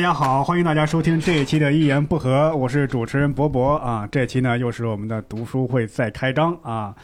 家好，欢哎迎大家收听这一期的《一言不合》，我是主持人博博啊。这期呢又是我们的读书会再开张啊，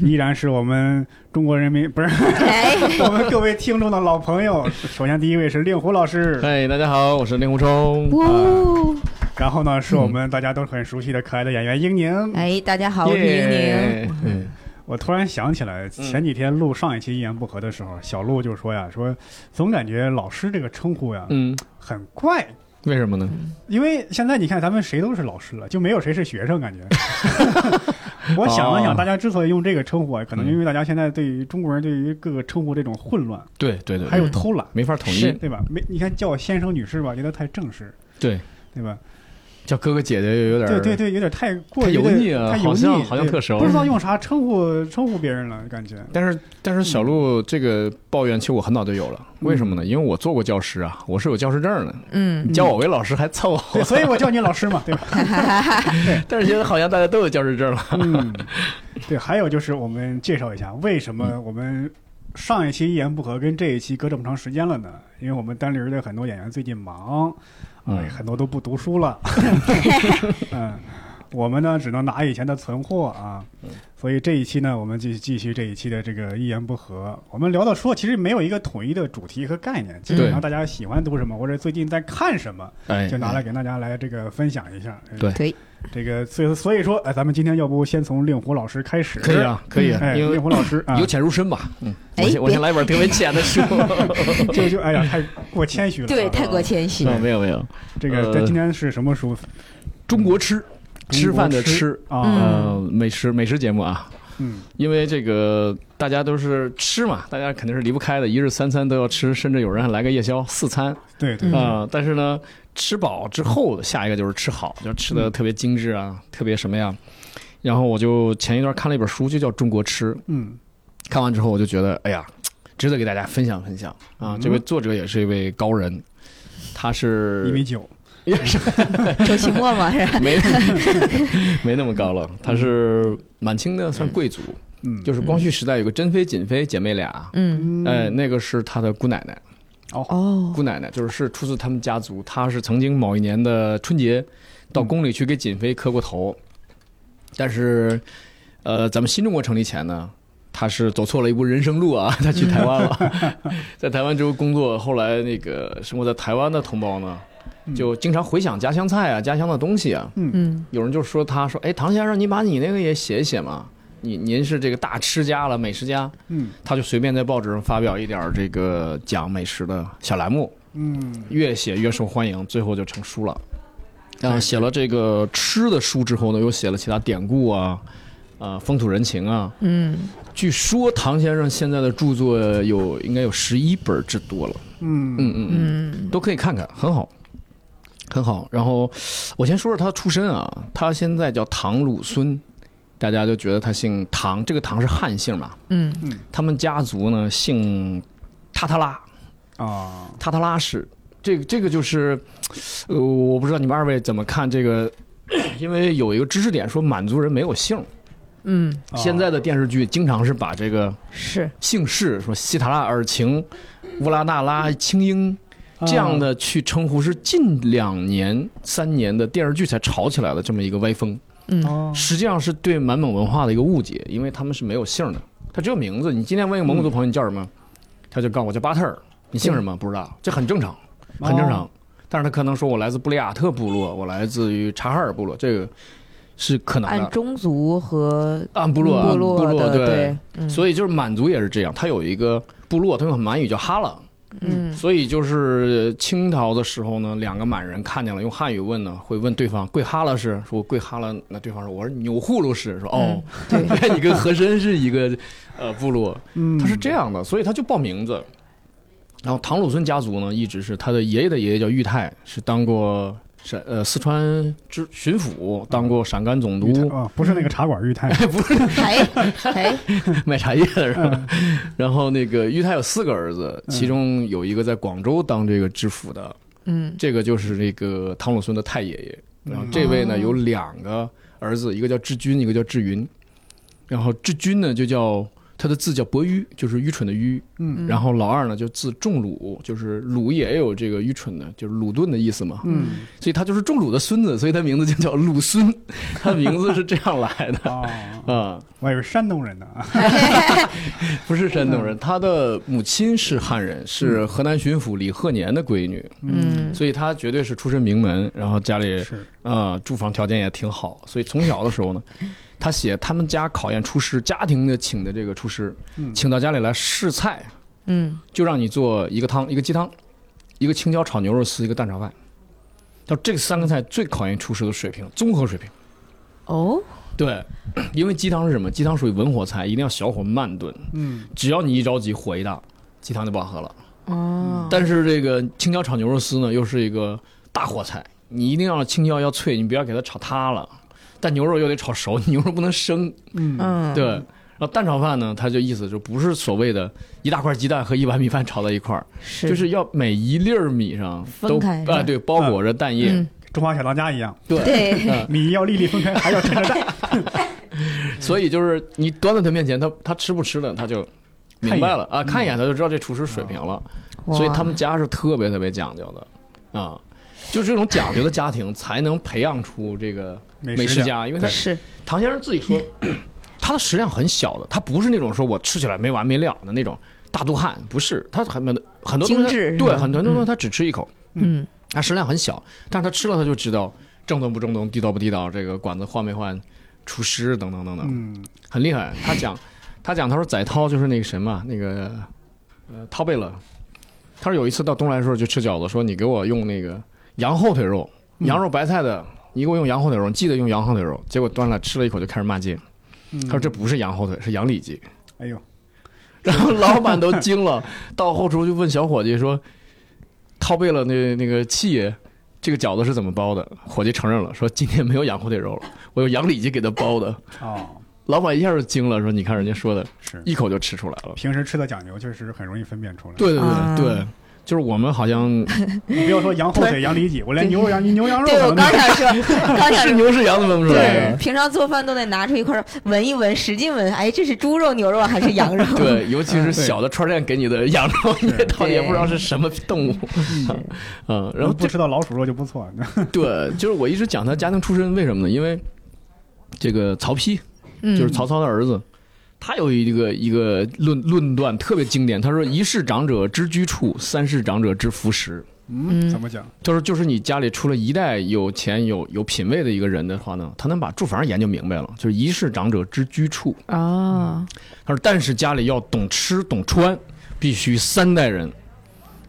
依然是我们中国人民不是 我们各位听众的老朋友。首先第一位是令狐老师，嗨，大家好，我是令狐冲。呜！然后呢是我们大家都很熟悉的可爱的演员英宁。哎，大家好，我是宁宁。啊耶嗯我突然想起来，前几天录上一期《一言不合》的时候，小鹿就说呀，说总感觉老师这个称呼呀嗯，很怪，为什么呢？因为现在你看咱们谁都是老师了，就没有谁是学生，感 觉。我想了哦想，大家之所以用这个称呼啊，可能因为大家现在对于中国人对于各个称呼这种混乱，对对对，还有偷懒，没法统一是。对吧？没，你看叫我先生女士吧，觉得太正式，对，对吧？叫哥哥姐姐又有点对对对，有点太过太于油的腻啊太油好腻，像好像对特熟不知道用啥称呼称呼别人了，感觉。但是但是小鹿这个抱怨，其实我很早就有了。嗯为什么呢？因为我做过教师啊，我是有教师证的。嗯，你叫我为老师还凑合对，，所以我叫你老师嘛，对吧？但是现在好像大家都有教师证了。嗯，对，还有就是我们介绍一下为什么我们上一期一言不合跟这一期隔这么长时间了呢？因为我们单立人的很多演员最近忙，嗯哎，很多都不读书了，嗯，我们呢只能拿以前的存货啊，所以这一期呢，我们继继续这一期的这个一言不合，我们聊的说其实没有一个统一的主题和概念，基本上大家喜欢读什么或者最近在看什么，哎就拿来给大家来这个分享一下，哎对对，这个所以所以说，哎，咱们今天要不先从令狐老师开始？可以啊，可以啊，哎，因为令狐老师啊由，浅入深吧。嗯，哎我先我别先来一本特别浅的书。就就哎呀，太过谦虚了啊。对，太过谦虚。 没有没有，这个这呃今天是什么书？中国吃，吃饭的吃，嗯啊，呃，美食美食节目啊，嗯因为这个大家都是吃嘛，大家肯定是离不开的，一日三餐都要吃，甚至有人还来个夜宵四餐啊、对对嗯，但是呢，吃饱之后，下一个就是吃好，就吃的特别精致啊，特别什么呀。然后我就前一段看了一本书，就叫《中国吃》，嗯看完之后我就觉得，哎呀，值得给大家分享分享啊。嗯这位作者也是一位高人，他嗯一米是九，也是周奇墨嘛，是 吧？没没那么高了，他是满清的算贵族，嗯，就是光绪时代有个珍妃、瑾妃姐妹俩。嗯，嗯哎，那个是他的姑奶奶，哦，姑奶奶就是是出自他们家族，她是曾经某一年的春节到宫里去给瑾妃磕过头，但是，呃，咱们新中国成立前呢，她是走错了一步人生路啊， 她去台湾了， 在台湾之后工作，后来那个生活在台湾的同胞呢，就经常回想家乡菜啊、家乡的东西啊，嗯，有人就说他说，哎，唐先生，你把你那个也写一写嘛，你您是这个大吃家了，美食家，嗯他就随便在报纸上发表一点儿这个讲美食的小栏目，嗯越写越受欢迎，最后就成书了。然后写了这个吃的书之后呢，又写了其他典故啊，呃，风土人情啊。嗯，据说唐先生现在的著作有应该有十一本之多了，嗯嗯嗯嗯，都可以看看，很好，很好。然后我先说说他的出身啊，他现在叫唐鲁孙，大家就觉得他姓唐，这个唐是汉姓嘛，嗯，他们家族呢姓塔塔拉，啊，塔塔拉氏，这个这个就是，呃，我不知道你们二位怎么看这个，因为有一个知识点说满族人没有姓，嗯，啊现在的电视剧经常是把这个是，姓氏说西塔拉尔晴、乌拉那拉青英啊这样的去称呼，是近两年三年的电视剧才炒起来的这么一个歪风，哦实际上是对满蒙文化的一个误解，因为他们是没有姓的，他只有名字。你今天问一个蒙古族朋友你叫什么，他就告诉我叫巴特尔，你姓什么不知道，这很正常。很正哦哦常。但是他可能说我来自布里亚特部落，我来自于察哈尔部落，这个是可能按的。宗族和按部落，按部嗯部落落，的对。，嗯所以就是满族也是这样，他有一个部落，他用满语叫哈拉。嗯所以就是清朝的时候呢，两个满人看见了，用汉语问呢，会问对方贵哈拉是，说我贵哈拉，那对方说我是钮祜禄氏，说哦，嗯 你跟和珅是一个呃部落，嗯，他是这样的，所以他就报名字。然后唐鲁孙家族呢，一直是他的爷爷的爷爷叫裕泰，是当过陕呃四川知巡抚，当过陕甘总裕泰督，啊，不是那个茶馆裕 泰，哎哎，卖茶叶的是吧？嗯 然后那个裕泰有四个儿子，其中有一个在广州当这个知府的，嗯这个就是这个唐鲁孙的太爷爷。然后嗯这位呢哦有两个儿子，一个叫志军，一个叫志云。然后志军呢就叫他的字叫伯愚，就是愚蠢的愚。嗯然后老二呢就字仲鲁，就是鲁也有这个愚蠢的，就是鲁钝的意思嘛。嗯所以他就是仲鲁的孙子，所以他名字就叫鲁孙，他名字是这样来的哦，啊、我还以为山东人呢啊，不是山东嗯人，他的母亲是汉人，是河南巡抚李鹤年的闺女，嗯所以他绝对是出身名门，然后家里嗯是啊、住房条件也挺好，所以从小的时候呢，他写他们家考验厨师，家庭的请的这个厨师，嗯请到家里来试菜，嗯就让你做一个汤，一个鸡汤，一个青椒炒牛肉丝，一个蛋炒饭。他说这三个菜最考验厨师的水平，综合水平。哦对， 因为鸡汤是什么？鸡汤属于文火菜，一定要小火慢炖，嗯只要你一着急，火一大，鸡汤就不好喝了。哦，但是这个青椒炒牛肉丝呢，又是一个大火菜，你一定要青椒要脆，你不要给它炒塌了。但牛肉又得炒熟， 牛肉不能生。嗯嗯对，然后蛋炒饭呢，它就意思就不是所谓的一大块鸡蛋和一碗米饭炒在一块儿，嗯是就是要每一粒儿米上都分开是吧啊，对，包裹着蛋液。嗯中华小当家一样，对，对嗯米要粒粒分开，还要趁着蛋，所以就是你端到他面前，他他吃不吃的，他就明白了啊，看嗯一眼他就知道这厨师水平了。所以他们家是特别特别讲究的啊，就是这种讲究的家庭才能培养出这个美食食家，因为他对是唐先生自己说， 他的食量很小的，他不是那种说我吃起来没完没了的那种大肚汉，不是，他很很多东西精致他是对吧很多东西他只吃一口，嗯他食量很小，但是他吃了他就知道正宗不正宗，地道不地道，这个馆子换没换，厨师等等等等，嗯很厉害。他讲，他讲，他说载涛就是那个什么，那个呃涛贝勒，他说有一次到东来的时候就吃饺子，说你给我用那个羊后腿肉，羊肉白菜的，你给我用羊后腿肉，你记得用羊后腿肉。结果端来吃了一口就开始骂街，嗯，他说这不是羊后腿，是羊里脊。哎呦，然后老板都惊了，到后厨就问小伙计说：“掏贝了那那个气爷，这个饺子是怎么包的？”伙计承认了，说：“今天没有羊后腿肉了，我用羊里脊给他包的。哦”老板一下就惊了，说：“你看人家说的，是，一口就吃出来了。平时吃的讲究，确实很容易分辨出来。”，对对啊对对，就是我们好 像你不要说羊后腿、羊里脊，我连对牛肉羊牛羊肉对可我能都刚想说 刚想是说牛是羊都分不出来哎对的。平常做饭都得拿出一块儿闻一闻使劲闻哎这是猪肉牛肉还是羊肉 对，尤其是嗯对小的串店给你的羊肉，你是到底也不知道是什么动物， 嗯，然后能不吃到老鼠肉就不错。 对，就是我一直讲他家庭出身为什么呢？因为这个曹丕嗯就是曹操的儿子，他有一个一个论论断特别经典，他说一世长者之居处，三世长者之服食。嗯，怎么讲？他说就是你家里出了一代有钱有有品位的一个人的话呢，他能把住房研究明白了，就是一世长者之居处。哦他说但是家里要懂吃懂穿，必须三代人。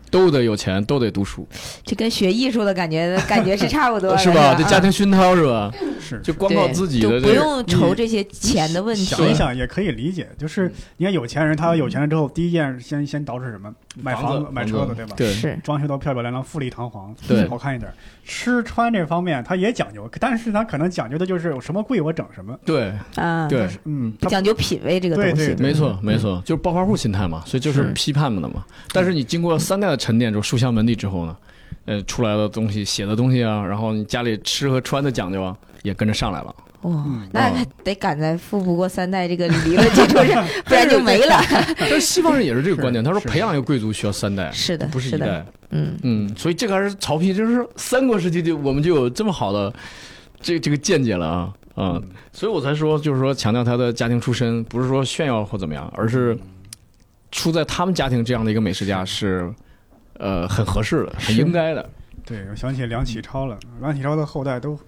都得有钱，都得读书，这跟学艺术的感觉感觉是差不多 的是吧？这家嗯庭熏陶是吧？是就光靠对自己就的不这个嗯用愁这些钱的问题。想一想也可以理解，就是你看有钱人，他有钱了之后，第一件事先先捯饬什么？买房房子买车子，对吧？对，是装修都漂漂亮亮、富丽堂皇，对好看一点。吃穿这方面他也讲究，但是他可能讲究的就是我什么贵我整什么。对啊，对，嗯，不他讲究品味这个东对西对，没错没错，就是暴发户心态嘛，所以就是是批判的嘛。但是你经过三代的沉淀之后，书香门第之后呢，呃，出来的东西、写的东西啊，然后你家里吃和穿的讲究啊，也跟着上来了。哇嗯，那哦还得赶在富不过三代这个理论基础上， 不然就没了。但是西方人也是这个观点，是他说是培养一个贵族需要三代， 是的，不是是一的，代。嗯，嗯，所以这个还是曹丕，就是三国时期就我们就有这么好的这这个见解了啊。嗯，所以我才说，就是说强调他的家庭出身，不是说炫耀或怎么样，而是出在他们家庭这样的一个美食家是，呃，很合适的，很应该的对我想起梁启超了，梁启超的后代都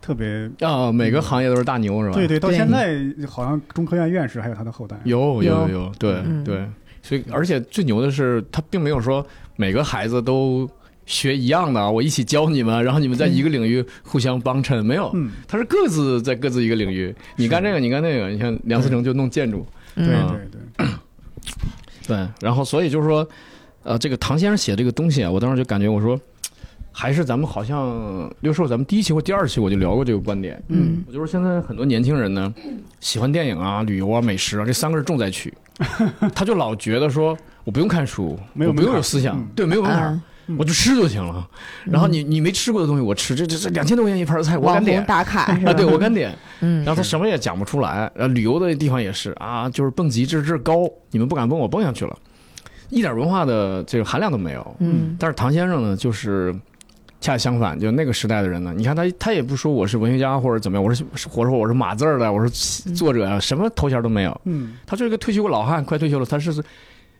特别啊。每个行业都是大牛是吧？对对，到对现在好像中科院院士还有他的后代。有有有有，对嗯对。所以，而且最牛的是，他并没有说每个孩子都学一样的，啊我一起教你们，然后你们在一个领域互相帮衬，没有，嗯，他是各自在各自一个领域，你干这个，你干那个。你看梁思成就弄建筑，对嗯嗯对对，对，然后所以就是说，呃，这个唐先生写这个东西啊，我当时就感觉我说，还是咱们好像六兽，咱们第一期或第二期我就聊过这个观点，嗯，我就是现在很多年轻人呢，喜欢电影啊、旅游啊、美食啊这三个是重灾区，他就老觉得说我不用看书，没有我不门用槛有思想，嗯对，没有门槛。啊我就吃就行了。然后你你没吃过的东西我吃，这这这两千多块钱一盘菜，我网敢红点打卡是吧？啊， 对我敢点。嗯然后他什么也讲不出来。呃，旅游的地方也是啊，就是蹦极这这高，你们不敢蹦，我蹦下去了，一点文化的这个含量都没有。嗯但是唐先生呢，就是恰恰相反，就那个时代的人呢，你看他他也不说我是文学家或者怎么样，我是我说我是码字儿的，我嗯是作者啊，什么头衔都没有，嗯，他就是一个退休老汉，快退休了，他是。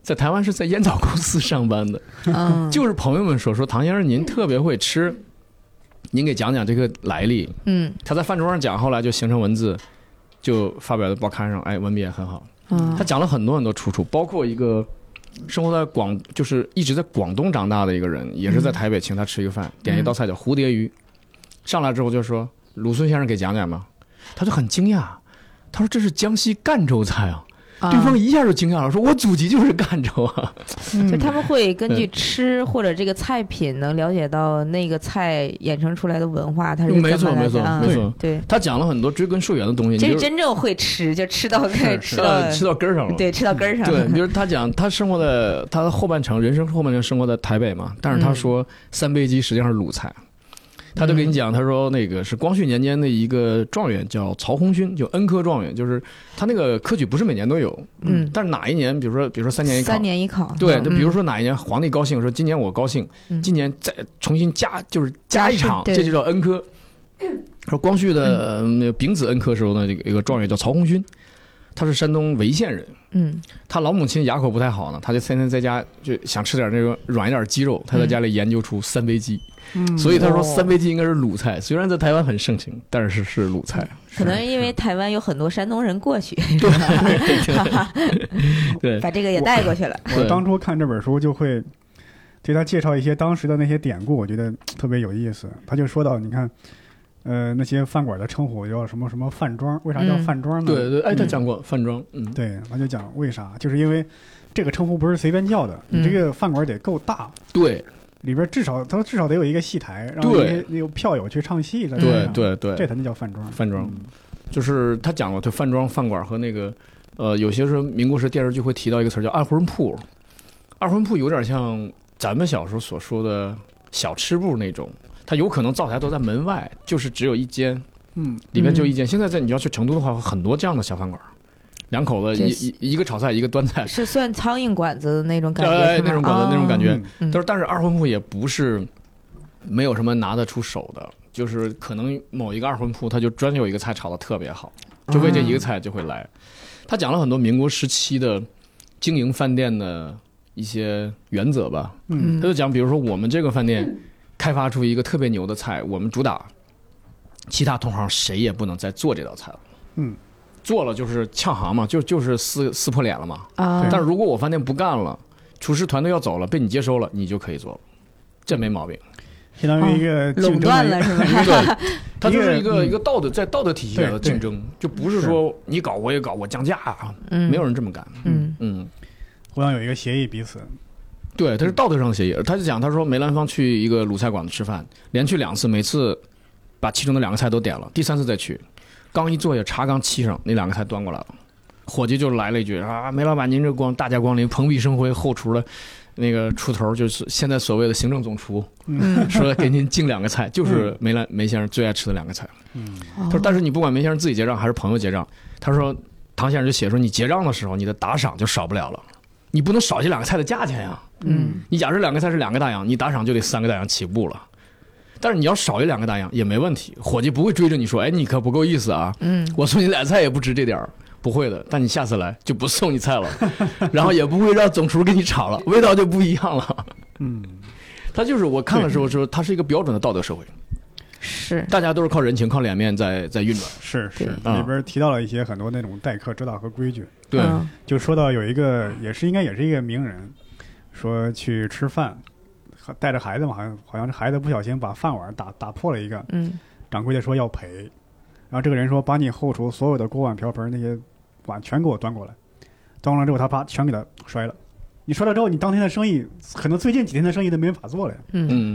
在台湾是在烟草公司上班的，嗯，就是朋友们说说唐先生您特别会吃，您给讲讲这个来历。嗯他在饭桌上讲，后来就形成文字，就发表在报刊上，哎，文笔也很好。他嗯讲了很多很多出处，包括一个生活在广，就是一直在广东长大的一个人，也是在台北请他吃一个饭，嗯点一道菜叫蝴蝶鱼，上来之后就说：“鲁孙先生给讲讲吧。”他就很惊讶，他说：“这是江西赣州菜啊！”啊对方一下就惊讶了，说：“我祖籍就是赣州 啊嗯就嗯他们会根据吃或者这个菜品，能了解到那个菜衍生出来的文化，它！”是嗯没错，怎么来没的错，啊没错。对，他讲了很多追根溯源的东西，你这就是真正会吃，就吃到是是吃到呃吃到根儿上了。对吃到根儿 上。对，比如他讲，他生活在他的后半程，人生后半程生活在台北嘛，但是他嗯说三杯鸡实际上是鲁菜，他就给你讲，他说那个是光绪年间的一个状元叫曹红勋，就恩科状元，就是他那个科举不是每年都有，嗯但是哪一年，比如说比如说三年一考三。年一考，嗯对，就比如说说哪一年皇帝高兴说今年我高兴，嗯今年再重新加就是加一场，加试对嗯这就叫恩科。说光绪的呃丙子恩科时候呢，这个一个状元叫曹红勋，他是山东潍县人，嗯他老母亲牙口不太好呢，他就天天在家就想吃点那种软一点鸡肉，他在家里研究出三杯鸡，嗯所以他说哦三杯鸡应该是鲁菜，虽然在台湾很盛行，但是是鲁菜。可能因为台湾有很多山东人 过去，嗯对， 把这个也带过去了。我对当初看这本书就会对他介绍一些当时的那些典故，我觉得特别有意思。他就说到，你看，呃，那些饭馆的称呼叫什么什么饭庄，为啥叫嗯饭庄呢？对对，哎，他讲过饭庄，嗯，对，他就讲为啥，就是因为这个称呼不是随便叫的，嗯你这个饭馆得够大，对里边至少他说至少得有一个戏台，让那对些有票友去唱戏在这对上，对这对，才能叫饭庄。饭庄嗯就是他讲过，他饭庄饭馆和那个呃，有些时候民国时电视剧会提到一个词儿叫二婚铺，二婚铺有点像咱们小时候所说的小吃部那种，它有可能灶台都在门外，就是只有一间。嗯，里面就一间。现在在你要去成都的话，很多这样的小饭馆儿，两口子这一是一一个炒菜，一个端菜，是算苍蝇馆子的那种感觉，哎，是吗那种馆子那种感。觉嗯。嗯但是但是二婚铺也不是没有什么拿得出手的，就是可能某一个二婚铺，他就专有一个菜炒的特别好，嗯就为这一个菜就会来。他讲了很多民国时期的经营饭店的一些原则吧，嗯他就讲，比如说我们这个饭店开发出一个特别牛的菜，我们主打，其他同行谁也不能再做这道菜了。嗯，做了就是呛行嘛，就就是撕撕破脸了嘛。啊，但是如果我饭店不干了，厨师团队要走了，被你接收了，你就可以做了，这没 毛病。相当于一个啊竞垄争断的了一是个吧？对，它就是一因为个嗯一个道德在道德体系下的对对竞争，就不是说你搞我也搞，我降价啊， 嗯没有人这么干。嗯嗯。互相有一个协议彼此。对，他是道德上的协议。他就讲，他说梅兰芳去一个鲁菜馆子吃饭，连去两次，每次把其中的两个菜都点了，第三次再去，刚一坐下，茶刚沏上，那两个菜端过来了，伙计就来了一句啊，梅老板您这光大驾光临，蓬荜生辉，后厨的那个出头就是现在所谓的行政总厨，嗯，说给您敬两个菜，就是梅兰梅先生最爱吃的两个菜。嗯，哦他说，但是你不管梅先生自己结账还是朋友结账，他说唐先生就写说，你结账的时候你的打赏就少不了了，你不能少这两个菜的价钱呀、嗯你假设两个菜是两个大洋，你打赏就得三个大洋起步了。但是你要少一两个大洋也没问题，伙计不会追着你说，哎，你可不够意思啊， 嗯我送你俩菜也不值这点儿，不会的。但你下次来就不送你 菜了，然后也不会让总厨跟你吵了，味道就不一样 了。嗯，他就是我看的时候说，他是一个标准的道德社会，是大家都是靠人情、靠脸面在在运转。是是，对里边提到了一些很多那种待客之道和规矩。对，嗯就说到有一个也是应该也是一个名人，说去吃饭，带着孩子嘛，好像好像是孩子不小心把饭碗打打破了一个，嗯掌柜的说要赔，然后这个人说把你后厨所有的锅碗瓢盆那些碗全给我端过来，端完了之后他啪全给他摔了。你摔了之后，你当天的生意可能最近几天的生意都没法做了呀。嗯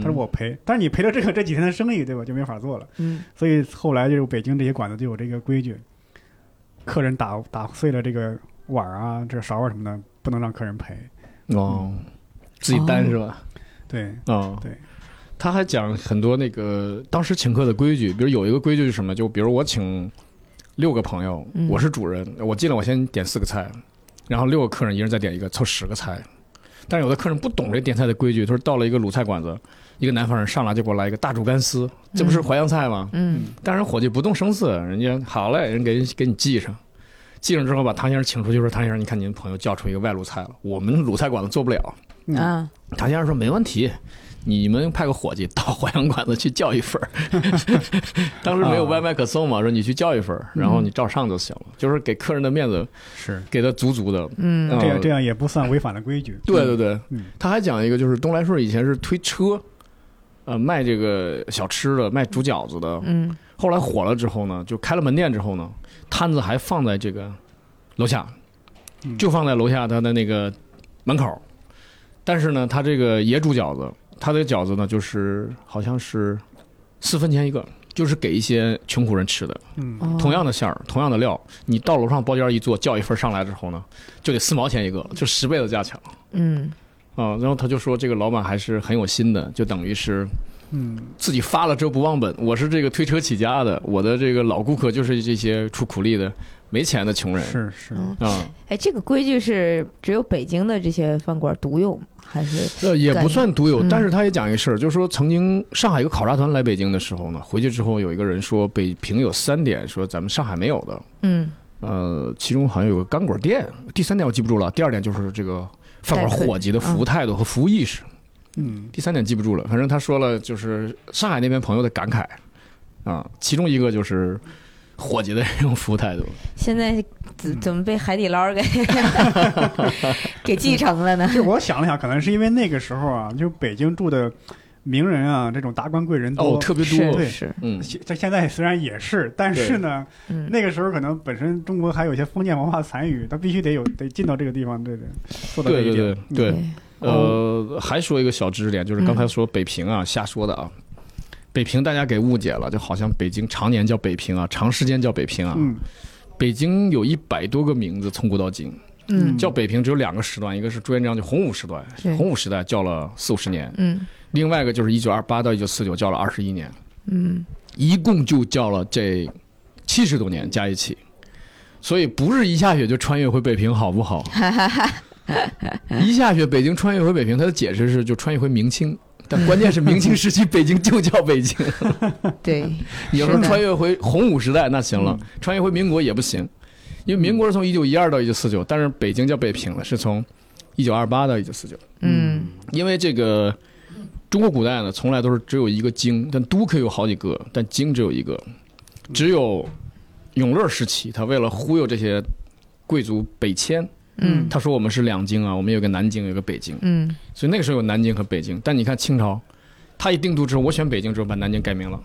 嗯，他说我赔，但是你赔了这个这几天的生意，对吧？就没法做了。嗯所以后来就是北京这些馆子就有这个规矩，客人打打碎了这个碗儿啊、这个勺啊什么的，不能让客人赔。哦，自己担是吧？对，啊，对。他还讲很多那个当时请客的规矩，比如有一个规矩是什么？就比如我请六个朋友，嗯我是主人，我进来我先点四个菜，然后六个客人一人再点一个，凑十个菜。但是有的客人不懂这点菜的规矩，他说到了一个鲁菜馆子，一个南方人上来就给我来一个大煮干丝，这不是淮扬菜吗？嗯但是伙计不动声色，人家好嘞，人给给你记上，记上之后把唐先生请出去说：“唐先生，你看您朋友叫出一个外鲁菜了，我们鲁菜馆子做不了。”嗯啊，唐先生说没问题，你们派个伙计到淮扬馆子去叫一份儿。 当时没啊有外卖可送嘛，说你去叫一份儿，然后嗯你照上就行了，就是给客人的面子是给的足足的。嗯这呃样这样也不算违反了规矩。对对对嗯，他还讲一个，就是东来顺以前是推车，呃，卖这个小吃的，卖煮饺子的。嗯后来火了之后呢，就开了门店之后呢，摊子还放在这个楼下，嗯就放在楼下他的那个门口。但是呢，他这个也煮饺子，他的饺子呢就是好像是四分钱一个，就是给一些穷苦人吃的。嗯，哦同样的馅儿，同样的料，你到楼上包间一坐，叫一份上来之后呢，就得四毛钱一个，就十倍的价钱嗯啊、然后他就说，这个老板还是很有心的，就等于是嗯，自己发了之后不忘本。我是这个推车起家的，我的这个老顾客就是这些出苦力的、没钱的穷人是是，嗯，啊。哎，这个规矩是只有北京的这些饭馆独有吗？还是呃，也不算独有，嗯但是他也讲一事儿，就是说曾经上海有个考察团来北京的时候呢，回去之后有一个人说北平有三点，说咱们上海没有的。嗯呃，其中好像有个干果店，第三点我记不住了，第二点就是这个饭馆伙计的服务态度和服务意识，嗯第三点记不住了。反正他说了，就是上海那边朋友的感慨啊，其中一个就是伙计的这种服务态度。现在怎怎么被海底捞给给继承了呢？这我想了想，可能是因为那个时候啊，就北京住的名人啊，这种达官贵人多。哦，特别多，是对是，嗯，现这现在虽然也是，但是呢，嗯，那个时候可能本身中国还有一些封建文化残余，他必须得有得进到这个地方，对对，做到这对一对点对。对。哦，呃，还说一个小知识点，就是刚才说北平啊，瞎说的啊。北平大家给误解了，就好像北京常年叫北平啊，长时间叫北平啊。嗯北京有一百多个名字，从古到今嗯叫北平只有两个时段，一个是朱元璋就洪武时代，对洪武时代叫了四五十年，嗯另外一个就是一九二八到一九四九叫了二十一年，嗯一共就叫了这七十多年加一起，所以不是一下雪就穿越回北平，好不好？一下雪北京穿越回北平，他的解释是就穿越回明清，但关键是明清时期北京就叫北京。对，你要说是的穿越回洪武时代那行了嗯，穿越回民国也不行，因为民国是从一九一二到一九四九，但是北京叫北平了，是从一九二八到一九四九。嗯因为这个中国古代呢，从来都是只有一个京，但都可以有好几个，但京只有一个。只有永乐时期，他为了忽悠这些贵族北迁，嗯他说我们是两京啊，我们有个南京，有个北京，嗯所以那个时候有南京和北京。但你看清朝，他一定都之后，我选北京之后把南京改名了，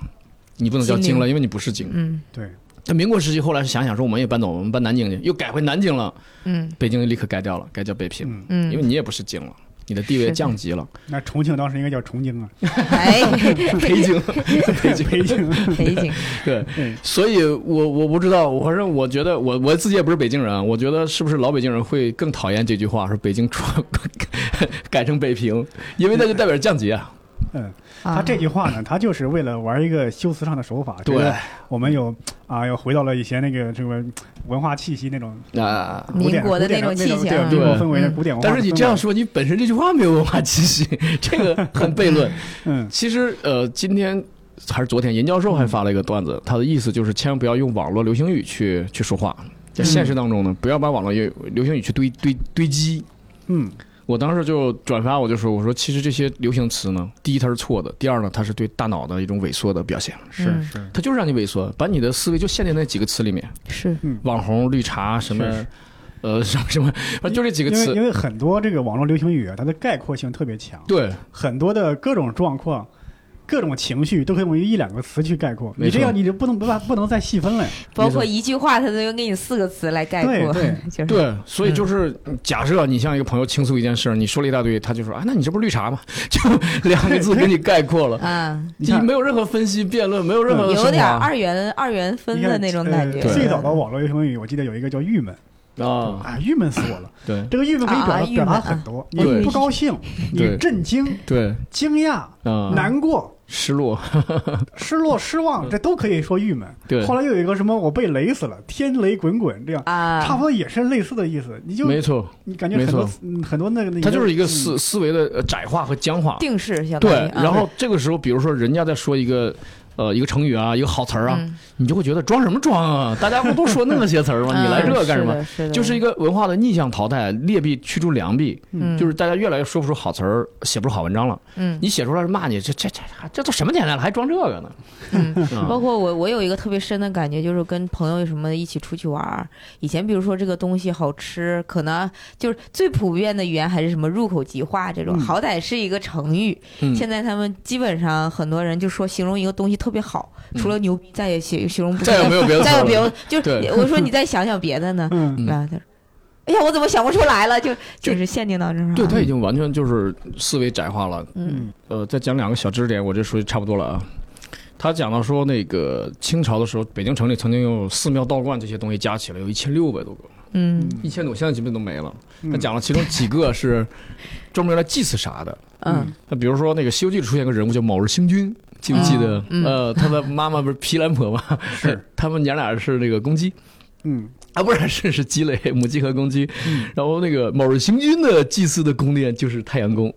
你不能叫京了，因为你不是京。嗯对，但民国时期后来想想说，我们也搬走，我们搬南京去，又改回南京了，嗯北京就立刻改掉了，改叫北平，嗯，嗯，因为你也不是京了，你的地是位的降级了，那重庆当时应该叫重 京啊，哎，北京。北京北京，北京，啊 对嗯，所以我我不知道，反正我觉得我我自己也不是北京人啊，我觉得是不是老北京人会更讨厌这句话，说北京川 改成北平，因为那就代表降级啊。嗯，啊他这句话呢，他就是为了玩一个修辞上的手法，对觉得我们有啊，又回到了以前那个这个文化气息那种啊，古典民国的古典那种气息对啊民国对氛围的嗯古典文化氛围。但是你这样说，你本身这句话没有文化 气息，这个很悖论。嗯，其实呃，今天还是昨天，严教授还发了一个段嗯子，他的意思就是千万不要用网络流行语去去说话，在现实当中呢，不要把网络流流行语去堆堆堆积。嗯我当时就转发，我就说，我说其实这些流行词呢，第一它是错的，第二呢，它是对大脑的一种萎缩的表现，是嗯是，它就是让你萎缩，把你的思维就限在那几个词里面，是网红、绿茶什么是是，呃， 什么什么，反正就这几个因为词。因为很多这个网络流行语啊，它的概括性特别强，对，很多的各种状况。各种情绪都可以用一两个词去概括，没错你这样你就不能不不能再细分了。包括一句话，他都能给你四个词来概括，对就是对，所以就是假设你向一个朋友倾诉一件事儿，你说了一大堆，他就说啊，那你这不是绿茶吗？就两个字给你概括了，啊， 你就看没有任何分析辩论，没有任何的有升点华二元二元分你的看那种呃感觉。呃对最早的网络流行语，我记得有一个叫“郁闷”，啊，啊，郁闷死我了！对这个郁闷可以表达啊啊郁表闷达很多，你对不高兴，对你震惊、对惊讶、啊，难过、失落，失落、失望，这都可以说郁闷。嗯对后来又有一个什么，我被雷死了，天雷滚滚，这样差啊不多也是类似的意思。你就没错，你感觉没很多错嗯很多那个，那它就是一个嗯思思维的呃窄化和僵化。定式相当对于啊，然后这个时候，比如说人家在说一个呃一个成语啊，一个好词儿啊，嗯你就会觉得装什么装啊？大家不都说那些词儿吗？ 你来这干什么？嗯？是的就是一个个文化的逆向淘汰，劣币驱逐良币，嗯就是大家越来越说不出好词儿，写不出好文章了。嗯你写出来是骂你，这这这这都什么年代了，还装这个 呢？嗯 啊包括我，我有一个特别深的感觉，就是跟朋友什么一起出去玩儿。以前比如说这个东西好吃，可能就是最普遍的语言还是什么入口即化这种，嗯。好歹是一个成语。嗯现在他们基本上很多人就说形容一个东西特别好，嗯除了牛逼，再也形形容不出再来。也没有别的词再儿有别了。的，就对是我说你再想想别的呢嗯嗯啊，他说，哎呀，我怎么想不出来了？就就就是限定到这儿了。对他已经完全就是思维窄化了。嗯呃，再讲两个小知识点，我这属于差不多了啊。他讲到说，那个清朝的时候，北京城里曾经有寺庙、道观这些东西加起来有一千六百多个，嗯一千多，现在基本都没了。嗯他讲了其中几个是专门用来祭祀啥的。嗯那比如说那个《西游记》里出现个人物叫卯日星君，记不记得嗯？嗯呃，他的妈妈不是毗蓝婆吗？啊 是 他们娘俩是那个公鸡嗯啊，不是 是是鸡肋，母鸡和公鸡。然后那个卯日星君的祭祀的宫殿就是太阳宫，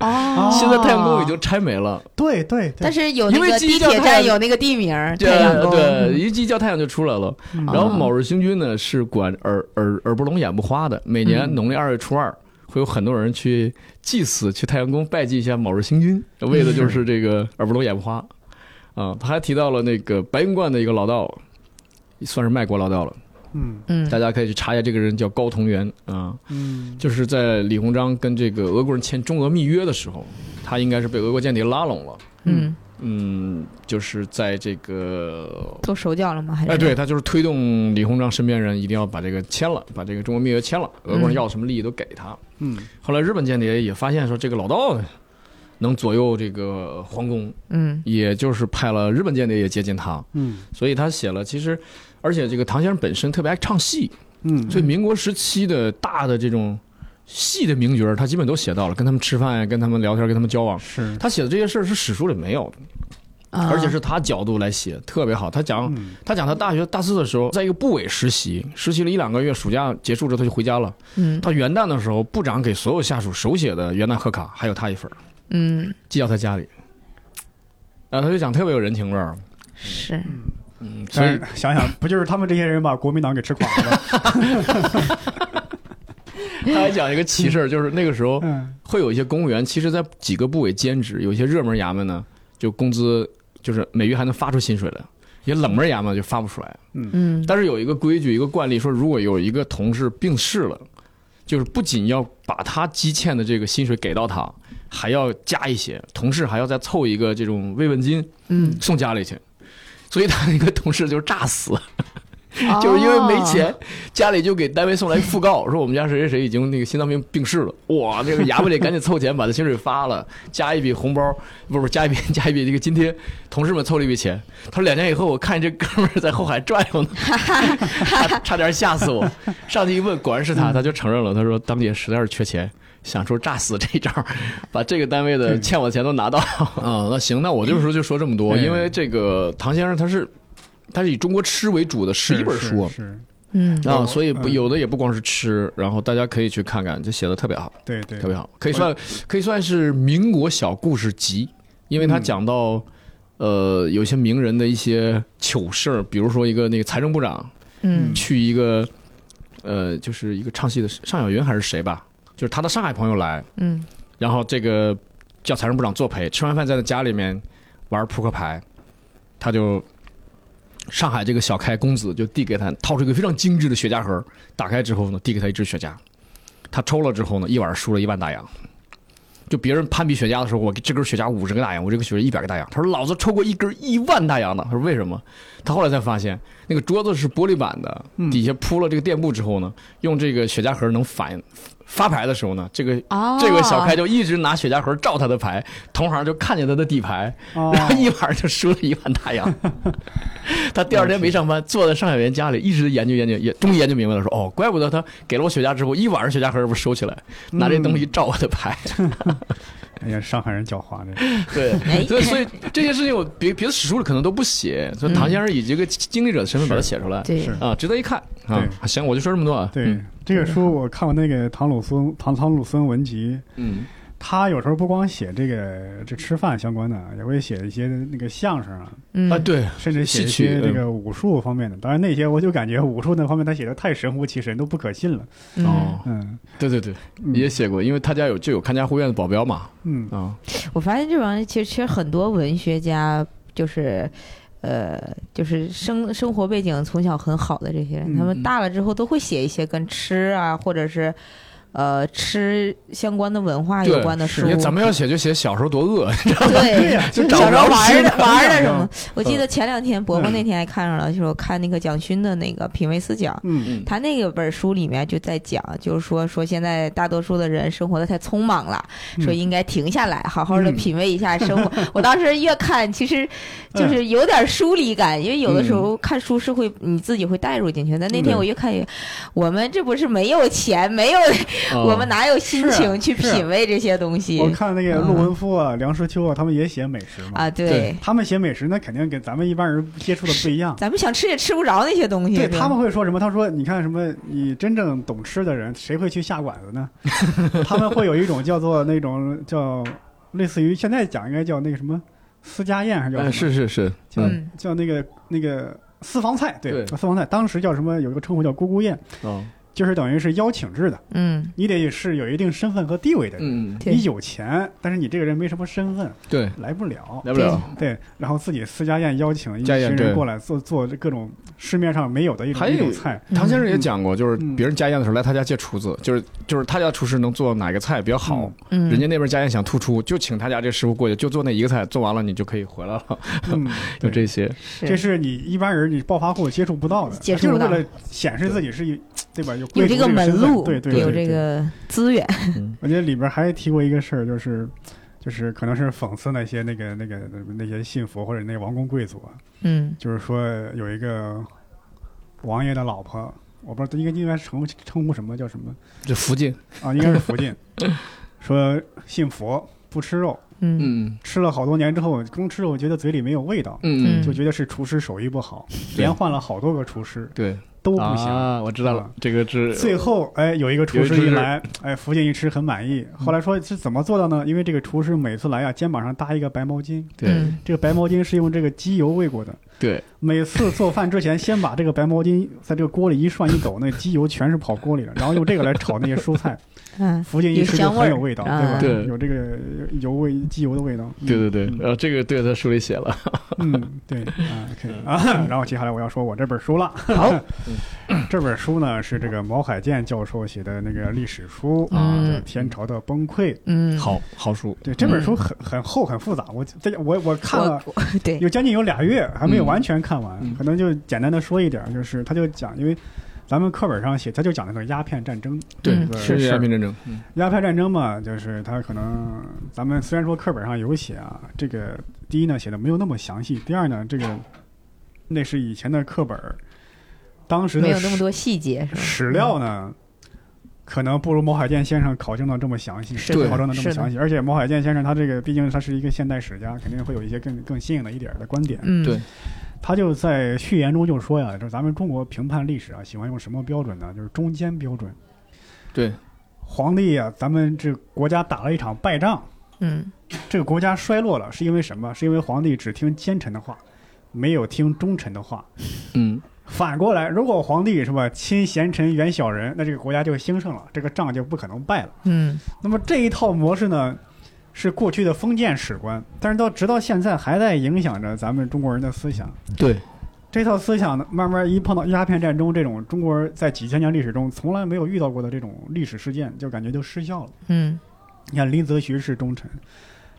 哦现在太阳宫已经拆没了。对对对但，是有那因为个基于地叫铁太阳站有那个地名儿，这呃太阳宫。对，一鸡叫太阳就出来了。嗯然后卯日星君呢是管耳耳耳不聋眼不花的，每年嗯农历二月初二。会有很多人去祭祀，去太阳宫拜祭一下卯日星君，为的嗯就是这个耳不聋眼不花。啊，他还提到了那个白云观的一个老道，算是卖国老道了，嗯嗯大家可以去查一下，这个人叫高同源啊。嗯就是在李鸿章跟这个俄国人签中俄密约的时候，他应该是被俄国间谍拉拢了。嗯，嗯，就是在这个，做手脚了吗？还是哎，对，他就是推动李鸿章身边人一定要把这个签了，把这个中俄密约签了，俄国人要什么利益都给他。嗯后来日本间谍也发现说，这个老道能左右这个皇宫，嗯也就是派了日本间谍也接近他，嗯所以他写了，其实，而且这个唐先生本身特别爱唱戏，嗯所以民国时期的大的这种戏的名角儿，他基本都写到了，跟他们吃饭呀，跟他们聊天，跟他们交往。是，他写的这些事儿是史书里没有的，啊，而且是他角度来写，特别好。他讲，嗯他讲他大学大四的时候，在一个部委实习，实习了一两个月，暑假结束之后他就回家了。嗯到元旦的时候，部长给所有下属手写的元旦贺卡，还有他一份儿，嗯寄到他家里。啊，他就讲特别有人情味儿，是嗯，所但以是想想不就是他们这些人把国民党给吃垮了吗？他还讲一个奇事儿，就是那个时候嗯会有一些公务员，其实在几个部委兼职，有一些热门衙门呢，就工资就是每月还能发出薪水来；也冷门衙门就发不出来。嗯但是有一个规矩，一个惯例，说如果有一个同事病逝了，就是不仅要把他积欠的这个薪水给到他，还要加一些，同事还要再凑一个这种慰问金嗯，送家里去。所以他那个同事就诈死， 就是因为没哦钱，家里就给单位送来讣告，说我们家谁谁谁已经那个心脏病病逝了。哇，这个衙门得赶紧凑钱把他薪水发了，加一笔红包，不不加一笔加一笔这个津贴，同事们凑了一笔钱。他说两年以后我看见这哥们儿在后海转悠呢，差差点吓死我。上去一问，果然是他，他就承认了。他说当姐实在是缺钱。想出诈死这一招， 把这个单位的欠我的钱都拿到。啊，那行，那我这个时候就说这么多，嗯因为这个唐先生他是他是以中国吃为主的十一本书，是是嗯我啊，所以不嗯有的也不光是吃，然后大家可以去看看，这写的特别好，对对嗯特别好，可以算可以算是民国小故事集，因为他嗯讲到，呃，有些名人的一些糗事儿，比如说一个那个财政部长嗯去一个，呃，就是一个唱戏的尚小云还是谁吧，就是他的上海朋友来，嗯然后这个叫财政部长作陪，吃完饭在他家里面玩扑克牌，他就上海这个小开公子就递给他，掏出一个非常精致的雪茄盒，打开之后呢，递给他一支雪茄，他抽了之后呢，一晚上输了一万大洋。就别人攀比雪茄的时候，我这根雪茄五十个大洋，我这个雪茄一百个大洋。他说：“老子抽过一根一万大洋的。”他说：“为什么？”他后来才发现，那个桌子是玻璃板的，底下铺了这个垫布之后呢，用这个雪茄盒能反发牌的时候呢，这个啊，这个小开就一直拿雪茄盒照他的牌，同行就看见他的底牌，哦然后一晚上就输了一万大洋。他第二天没上班，坐在上小元家里一直研究研究，也终于研究明白了，说哦，怪不得他给了我雪茄之后，一晚上雪茄盒不收起来，拿这东西照我的牌。哎呀，上海人狡猾的，哎对，所以所以这些事情我别别的史书里可能都不写，所以唐先生以这个经历者的身份把它写出来哦对是啊，值得一看啊。对行，我就说这么多啊。对这个书我看过那个唐鲁孙唐唐鲁孙文集，嗯，他有时候不光写这个这吃饭相关的，也会写一些那个相声啊，嗯嗯啊，对，甚至写一戏曲些嗯这个武术方面的。当然那些我就感觉武术那方面他写的太神乎其神，都不可信了。嗯哦嗯对对对，嗯也写过，因为他家有就有看家护院的保镖嘛嗯，啊。我发现这玩意儿其实其实很多文学家就是。呃，就是生生活背景从小很好的这些人，嗯他们大了之后都会写一些跟吃啊，或者是呃吃相关的文化有对关的是书因。为咱们要写就写小时候多 饿，对 对， 呀，就找小不时着候吃玩的的。玩的什嗯么？我记得前两天伯伯那嗯天还看上了，就是我看那个蒋勋的那个《品味思想》，嗯他那个本书里面就在讲，就是说说现在大多数的人生活的太匆忙了，嗯说应该停下来，好好的品味一下生活。 我当时越看，其实就是有点疏离感，因为有的时候看书是会你自己会带入进去。但那天嗯我越看越，我们这不是没有钱，没有，啊 哦我们哪有心是情去是品味这些东西我看那个陆文夫啊、梁实秋啊，他们也写美食嘛。嗯啊？对他们写美食，那肯定跟咱们一般人接触的不一 样。咱们想吃也吃不着那些东西。对吧他们会说什么？他说：“你看什么？你真正懂吃的人，谁会去下馆子呢？ 他们会有一种叫做那种叫类似于现在讲应该叫那个什么私家宴，还是叫什哎么？是是是，嗯嗯叫那个那个私房菜，对，对私房菜。当时叫什么？有一个称呼叫姑姑宴，哦就是等于是邀请制的，嗯你得是有一定身份和地位的人。嗯，嗯对你有钱，但是你这个人没什么身份，对，来不了。来不了。对，然后自己私家宴邀请一家群宴对人过来做做各种市面上没有的一种还有一种 菜，唐先生也讲过，就是嗯别人家宴的时候来他家借厨子，就是就是他家厨师能做哪个菜比较好，嗯，人家那边家宴想突出，就请他家这师傅过去，就做那一个菜，做完了你就可以回来了， 嗯，就对这些。这是是你一般人你暴发户接触不到的，接触不到就是为了显示自己是一，对吧？有有贵族这这个个门身份路，对对，有对对这。个资源。我觉得里边还提过一个事儿，就是，就是可能是讽刺那些那个那个那些信佛或者那王公贵族啊，嗯就是说有一个王爷的老婆，我不知道应该应该称称呼什么叫什么这福建，啊，应该是福晋，说信佛不吃肉，嗯嗯吃了好多年之后，光吃肉觉得嘴里没有味道，嗯嗯，就觉得是厨师手艺不好，对连换了好多个厨师对，都不行。嗯啊，我知道了啊，这个是最后，哎，有一个厨有一师只一来，哎，福建一吃很满意。嗯后来说是怎么做到呢？因为这个厨师每次来啊，肩膀上搭一个白毛巾，对嗯这个白毛巾是用这个机油喂过的。对，每次做饭之前，先把这个白毛巾在这个锅里一涮一抖，那机油全是跑锅里了，然后用这个来炒那些蔬菜。嗯福建一吃就很有味道，有香味儿对吧？对有这个油味、机油的味道。嗯啊对对对，嗯 然后这个对他书里写了，嗯，对啊，OK 啊， 然后接下来我要说我这本书了。嗯好， 这本书呢是这个毛海建教授写的那个历史书啊，嗯叫《天朝的崩溃》。嗯，好好书，对，这本嗯书很很厚很复杂，我在我我看我了我对，有将近有俩月，还没有完全看完，嗯可能就简单的说一点儿，就是他就讲，因为咱们课本上写，他就讲那个鸦片战争。对嗯，是嗯是鸦片战争，鸦片战争嘛，就是它可能咱们虽然说课本上有写啊，这个第一呢写的没有那么详细，第二呢这个那是以前的课本儿，当时的没有那么史多细节，是吧？史料啊呢，可能不如毛海建先生考证的这么详细，是的考证的这是么的详细，而且毛海建先生他这个毕竟他是一个现代史家，肯定会有一些更更新颖的一点儿的观点。嗯，对他就在序言中就说呀，就是咱们中国评判历史啊，喜欢用什么标准呢？就是中间标准。对，皇帝啊，咱们这国家打了一场败仗，嗯这个国家衰落了，是因为什么？是因为皇帝只听奸臣的话，没有听忠臣的话。嗯，反过来，如果皇帝是吧亲贤臣远小人，那这个国家就兴盛了，这个仗就不可能败了。嗯那么这一套模式呢，是过去的封建史观，但是到直到现在还在影响着咱们中国人的思想。对，这套思想呢，慢慢一碰到鸦片战争这种中国在几千年历史中从来没有遇到过的这种历史事件，就感觉就失效了。嗯你看林则徐是忠臣，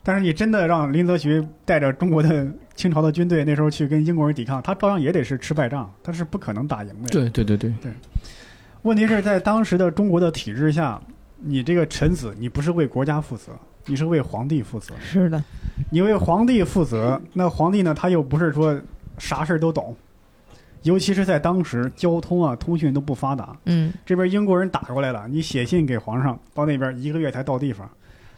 但是你真的让林则徐带着中国的清朝的军队那时候去跟英国人抵抗，他照样也得是吃败仗，他是不可能打赢的呀。对对对对，问题是在当时的中国的体制下，你这个臣子，你不是为国家负责，你是为皇帝负责。是的，你为皇帝负责，那皇帝呢，他又不是说啥事儿都懂，尤其是在当时交通啊、通讯都不发达，嗯这边英国人打过来了，你写信给皇上，到那边一个月才到地方，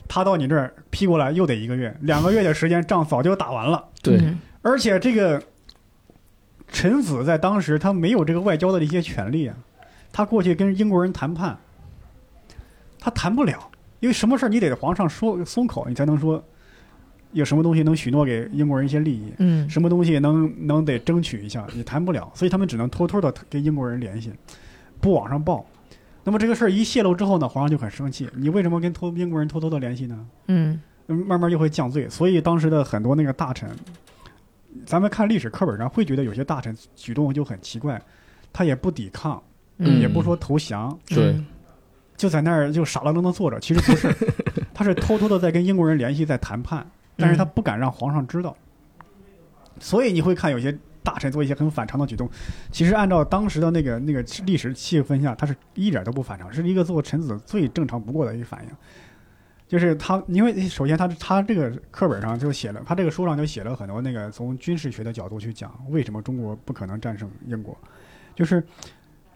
他到你这儿批过来又得一个月，两个月的时间仗早就打完了。对，嗯而且这个臣子在当时他没有这个外交的一些权利啊，他过去跟英国人谈判，他谈不了，因为什么事儿你得皇上说松口，你才能说有什么东西能许诺给英国人一些利益。嗯什么东西能能得争取一下，也谈不了，所以他们只能偷偷的跟英国人联系，不往上报。那么这个事儿一泄露之后呢，皇上就很生气，你为什么跟偷英国人偷偷的联系呢？嗯嗯慢慢就会降罪。所以当时的很多那个大臣，咱们看历史课本上会觉得有些大臣举动就很奇怪，他也不抵抗，嗯也不说投降，对嗯就在那儿就傻愣愣的坐着。其实不是，他是偷偷的在跟英国人联系，在谈判，但是他不敢让皇上知道。所以你会看有些大臣做一些很反常的举动，其实按照当时的那个那个历史气氛下，他是一点都不反常，是一个做臣子最正常不过的一个反应。就是他，因为首先他他这个课本上就写了，他这个书上就写了很多那个从军事学的角度去讲为什么中国不可能战胜英国，就是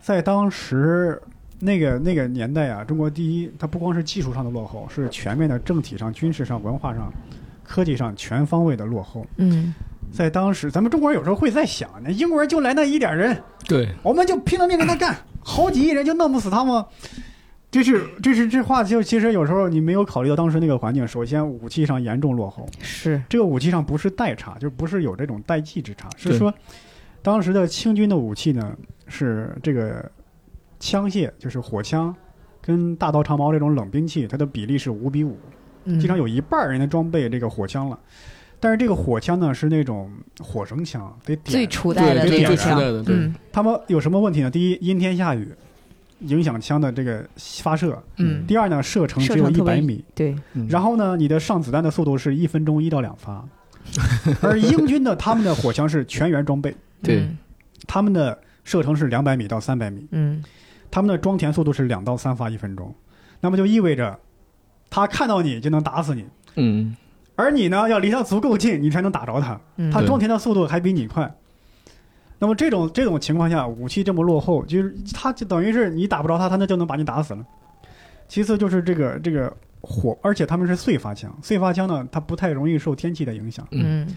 在当时那个那个年代啊，中国第一，它不光是技术上的落后，是全面的政体上、军事上、文化上、科技上全方位的落后。嗯在当时，咱们中国人有时候会在想，那英国人就来那一点人，对，我们就拼了命跟他干，好几亿人就弄不死他吗？这是这是这话就其实有时候你没有考虑到当时那个环境，首先武器上严重落后，嗯是这个武器上不是代差，就不是有这种代际之差，是对说当时的清军的武器呢是这个枪械，就是火枪跟大刀长矛这种冷兵器，它的比例是五比五，嗯经常有一半儿人的装备这个火枪了。但是这个火枪呢是那种火绳枪，得最点。初代对，的这个这那是最个初代枪，的，对，嗯他们有什么问题呢？第一，阴天下雨，影响枪的这个发射；嗯第二呢，射程只有射程一特别百米，对嗯然后呢，你的上子弹的速度是一分钟一到两发， 而英军的他们的火枪是全员装备，对嗯他们的射程是两百米到三百米，嗯他们的装填速度是两到三发一分钟，那么就意味着他看到你就能打死你，嗯，而你呢要离他足够近，你才能打着他，嗯他对装填的速度还比你快。那么这种这种情况下，武器这么落后，就是他就等于是你打不着他，他那就能把你打死了。其次就是这个这个火，而且他们是燧发枪，燧发枪呢，它不太容易受天气的影响。嗯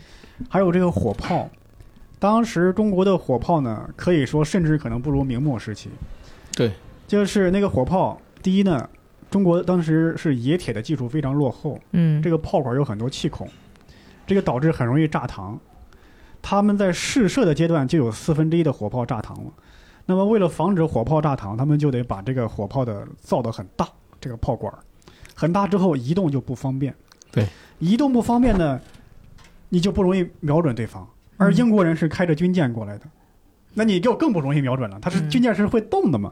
还有这个火炮，当时中国的火炮呢，可以说甚至可能不如明末时期。对，就是那个火炮，第一呢，中国当时是冶铁的技术非常落后，嗯这个炮管有很多气孔，这个导致很容易炸膛。他们在试射的阶段就有四分之一的火炮炸膛了。那么为了防止火炮炸膛，他们就得把这个火炮的造得很大，这个炮管儿很大之后移动就不方便。对，移动不方便呢，你就不容易瞄准对方。而英国人是开着军舰过来的，那你就更不容易瞄准了。它是嗯军舰是会动的嘛，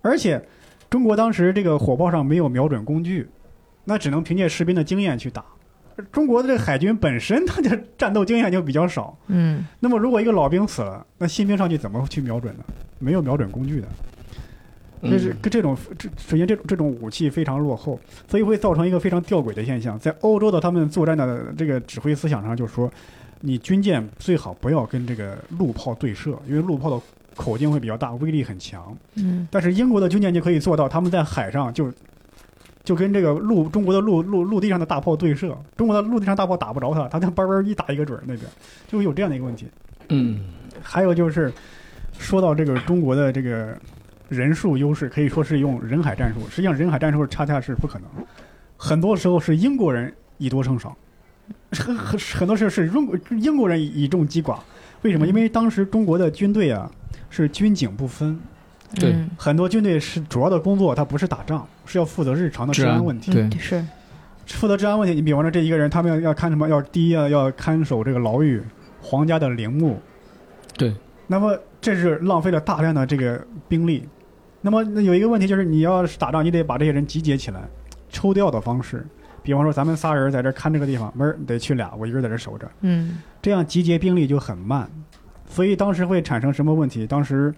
而且中国当时这个火炮上没有瞄准工具，那只能凭借士兵的经验去打。而中国的这个海军本身它的战斗经验就比较少，嗯那么如果一个老兵死了，那新兵上去怎么去瞄准呢？没有瞄准工具的，这是嗯跟这种这首先这种这种武器非常落后，所以会造成一个非常吊诡的现象。在欧洲的他们作战的这个指挥思想上，就是说，你军舰最好不要跟这个陆炮对射，因为陆炮的口径会比较大，威力很强。嗯但是英国的军舰就可以做到，他们在海上就就跟这个陆中国的陆陆陆地上的大炮对射，中国的陆地上大炮打不着它，它就叭叭一打一个准儿那边，就会有这样的一个问题。嗯，还有就是，说到这个中国的这个人数优势，可以说是用人海战术。实际上，人海战术恰恰是不可能，很多时候是英国人以多胜少， 很很很多时候是英国英国人以以众击寡。为什么？因为当时中国的军队啊是军警不分，对嗯很多军队是主要的工作，它不是打仗，是要负责日常的治治安安问题。对嗯是负责治安问题，你比方说这一个人，他们要要看什么？要第一要要看守这个牢狱、皇家的陵墓。对。那么这是浪费了大量的这个兵力。那么那有一个问题就是，你要是打仗，你得把这些人集结起来，抽调的方式。比方说，咱们仨人在这看这个地方，门儿得去俩，我一个人在这守着，嗯这样集结兵力就很慢。所以当时会产生什么问题？当时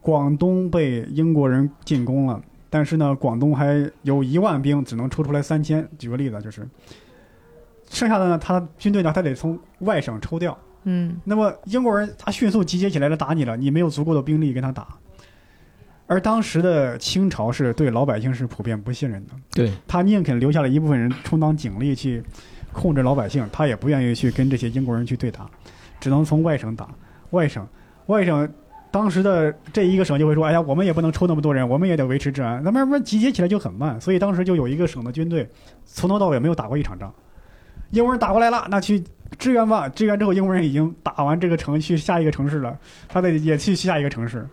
广东被英国人进攻了，但是呢，广东还有一万兵，只能抽出来三千。举个例子，就是剩下的呢，他军队呢，他得从外省抽调，嗯那么英国人他迅速集结起来了打你了，你没有足够的兵力跟他打。而当时的清朝是对老百姓是普遍不信任的，对，他宁肯留下了一部分人充当警力去控制老百姓，他也不愿意去跟这些英国人去对打，只能从外省打。外省，外省，当时的这一个省就会说：“哎呀，我们也不能抽那么多人，我们也得维持治安。”那慢慢集结起来就很慢，所以当时就有一个省的军队从头到尾没有打过一场仗。英国人打过来了，那去支援吧。支援之后，英国人已经打完这个城，去下一个城市了，他得也去下一个城市。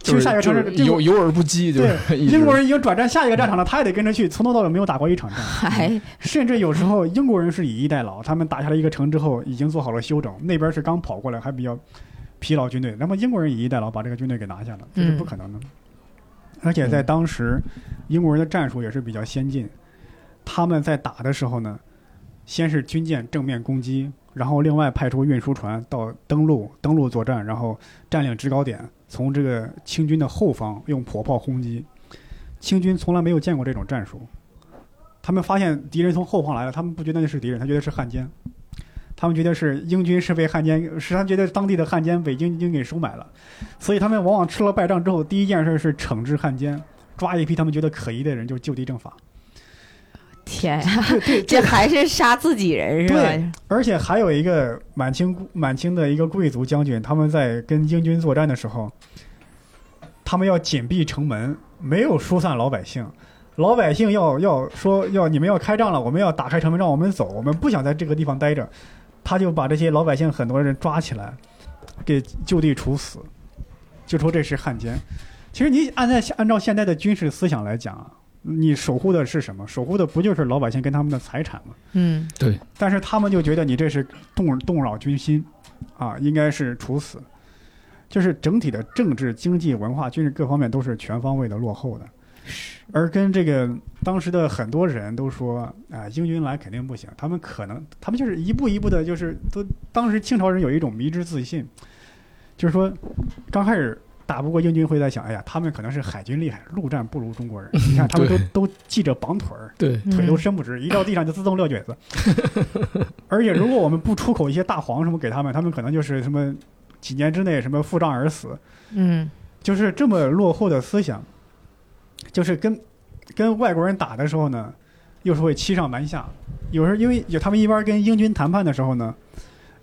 就去是下一个城市，就是这个有有而不击，就对是， 一直英国人已经转战下一个战场了，他也得跟着去，从头到尾没有打过一场仗。还 甚至有时候英国人是以逸待劳，他们打下来一个城之后，已经做好了休整，那边是刚跑过来，还比较疲劳军队。那么英国人以逸待劳，把这个军队给拿下了，这是不可能的。而且在当时，英国人的战术也是比较先进，他们在打的时候呢，先是军舰正面攻击，然后另外派出运输船到登陆，登陆作战，然后占领制高点，从这个清军的后方用火炮轰击。清军从来没有见过这种战术，他们发现敌人从后方来了，他们不觉得那是敌人，他觉得是汉奸，他们觉得是英军是被汉奸，是他们觉得当地的汉奸被英军给收买了，所以他们往往吃了败仗之后，第一件事是惩治汉奸，抓一批他们觉得可疑的人就就地正法。天呀，对对 这还是杀自己人是对吧？而且还有一个满清满清的一个贵族将军，他们在跟英军作战的时候，他们要紧闭城门，没有疏散老百姓。老百姓要要说要你们要开仗了，我们要打开城门让我们走，我们不想在这个地方待着。他就把这些老百姓很多人抓起来，给就地处死，就说这是汉奸。其实你按在按照现在的军事思想来讲啊，你守护的是什么？守护的不就是老百姓跟他们的财产吗？嗯但是他们就觉得你这是动动扰军心，啊，应该是处死。就是整体的政治、经济、文化、军事各方面都是全方位的落后的。而跟这个当时的很多人都说啊，英军来肯定不行，他们可能他们就是一步一步的，就是都当时清朝人有一种迷之自信，就是说刚开始打不过英军会在想，哎呀，他们可能是海军厉害，陆战不如中国人。你看他们都都系着绑腿儿，对嗯腿都伸不直，一到地上就自动撂蹶子。 而且如果我们不出口一些大黄什么给他们，他们可能就是什么几年之内什么腹胀而死，嗯就是这么落后的思想，就是跟跟外国人打的时候呢，又是会欺上瞒下。有时候因为有他们一边跟英军谈判的时候呢，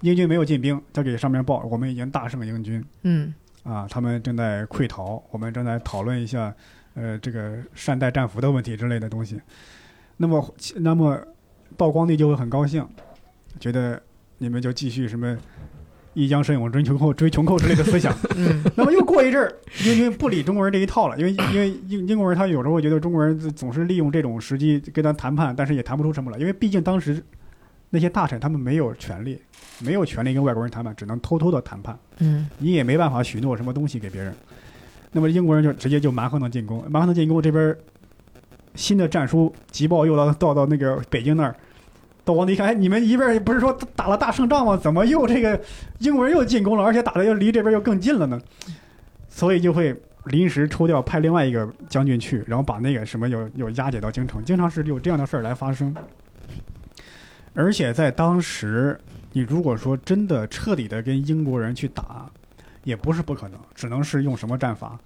英军没有进兵，他给上面报我们已经大胜英军嗯啊，他们正在溃逃，我们正在讨论一下呃这个善待战俘的问题之类的东西。那么那么道光帝就会很高兴，觉得你们就继续什么一江生有追穷寇追穷寇之类的思想。嗯那么又过一阵儿，英军不理中国人这一套了，因为因为英英国人他有时候会觉得中国人总是利用这种时机跟咱谈判，但是也谈不出什么来，因为毕竟当时那些大臣他们没有权利，没有权利跟外国人谈判，只能偷偷的谈判，嗯你也没办法许诺什么东西给别人。那么英国人就直接就蛮横的进攻，蛮横的进攻这边儿新的战书急报又到到到那个北京那儿。到皇帝一看，哎，你们一边儿不是说打了大胜仗吗？怎么又这个英国人又进攻了，而且打的又离这边又更近了呢？所以就会临时抽调派另外一个将军去，然后把那个什么有有押解到京城，经常是有这样的事儿来发生。而且在当时，你如果说真的彻底的跟英国人去打，也不是不可能，只能是用什么战法？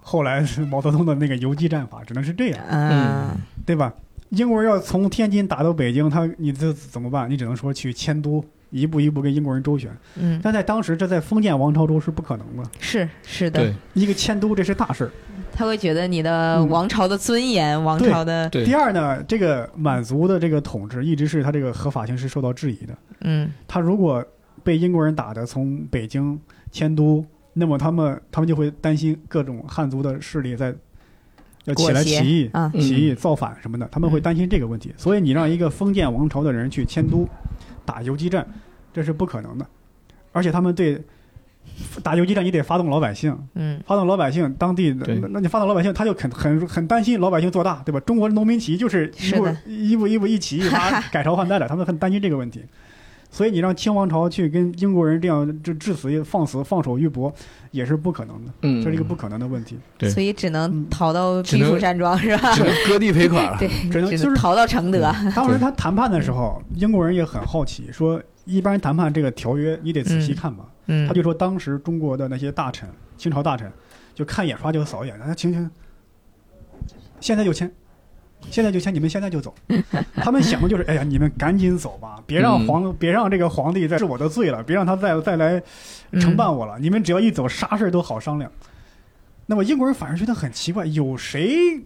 后来 是毛泽东的那个游击战法，只能是这样。嗯啊对吧？英国人要从天津打到北京，他你这怎么办？你只能说去迁都，一步一步跟英国人周旋。嗯但在当时，这在封建王朝中是不可能的。是是的对，一个迁都，这是大事儿。他会觉得你的嗯王朝的尊严，王朝的对第二呢，这个满族的这个统治一直是他这个合法性是受到质疑的。嗯他如果被英国人打的从北京迁都，那么他们他们就会担心各种汉族的势力在要起来裹挟起义，啊嗯起义、造反什么的，他们会担心这个问题。所以你让一个封建王朝的人去迁都、打游击战，这是不可能的。而且他们对打游击战，你得发动老百姓，嗯发动老百姓当地的对，那那你发动老百姓，他就很很很担心老百姓做大，对吧？中国农民起义就是一是步的一步一步一起义发改朝换代的，他们很担心这个问题，所以你让清王朝去跟英国人这样就至死放死放手玉搏，也是不可能的，嗯，这是一个不可能的问题，对所以只能逃到只避能暑山庄是吧？ 只能割地赔款了。对，只能 就是逃到承德。当时他谈判的时候，英国人也很好奇，说一般谈判这个条约你得仔细看吧。嗯他就说当时中国的那些大臣，清朝大臣，就看眼刷就扫一眼，啊，行行，现在就签，现在就签，你们现在就走。他们想的就是，哎呀，你们赶紧走吧，别让皇，别让这个皇帝再治我的罪了，别让他再再来惩办我了。你们只要一走，啥事儿都好商量。那么英国人反而觉得很奇怪，有谁？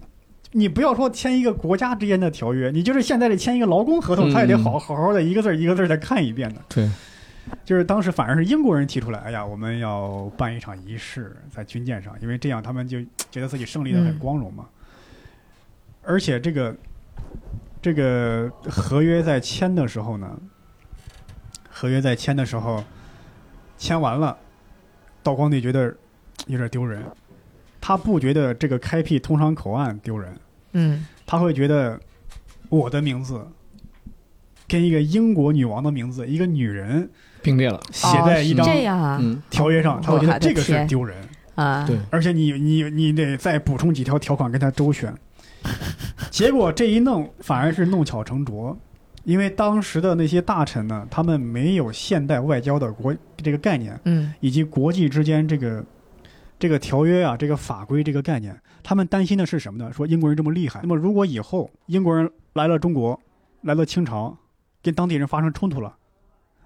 你不要说签一个国家之间的条约，你就是现在这签一个劳工合同，嗯他也得好好好的一个字儿一个字儿的看一遍的。 对，就是当时反而是英国人提出来，哎呀，我们要办一场仪式在军舰上，因为这样他们就觉得自己胜利的很光荣嘛。而且这个这个合约在签的时候呢，合约在签的时候签完了，道光帝觉得有点丢人，他不觉得这个开辟通商口岸丢人，嗯他会觉得我的名字跟一个英国女王的名字，一个女人并列了。写在一张哦是这样啊嗯，条约上，他会觉得我的这个是天丢人，啊，对，而且你你你得再补充几条条款跟他周 旋。结果这一弄反而是弄巧成拙，因为当时的那些大臣呢，他们没有现代外交的国这个概念，嗯以及国际之间这个这个条约啊、这个法规这个概念，他们担心的是什么呢？说英国人这么厉害，那么如果以后英国人来了中国，来了清朝，跟当地人发生冲突了，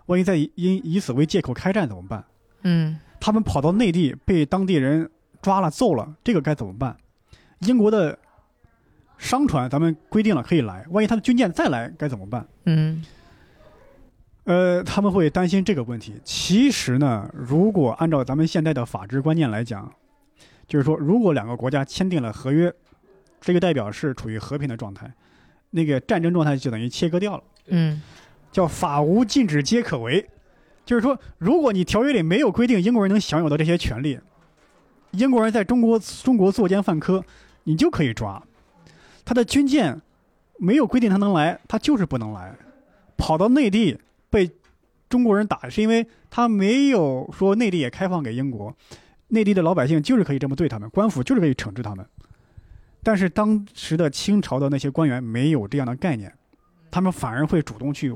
万一再以因以此为借口开战怎么办？嗯他们跑到内地被当地人抓了揍了，这个该怎么办？英国的商船咱们规定了可以来，万一他的军舰再来该怎么办？嗯呃，他们会担心这个问题。其实呢，如果按照咱们现在的法治观念来讲，就是说，如果两个国家签订了合约，这个代表是处于和平的状态，那个战争状态就等于切割掉了，嗯叫法无禁止皆可为。就是说，如果你条约里没有规定英国人能享有的这些权利，英国人在中国中国作奸犯科，你就可以抓。他的军舰没有规定他能来，他就是不能来。跑到内地被中国人打，是因为他没有说内地也开放给英国，内地的老百姓就是可以这么对他们，官府就是可以惩治他们。但是当时的清朝的那些官员没有这样的概念，他们反而会主动去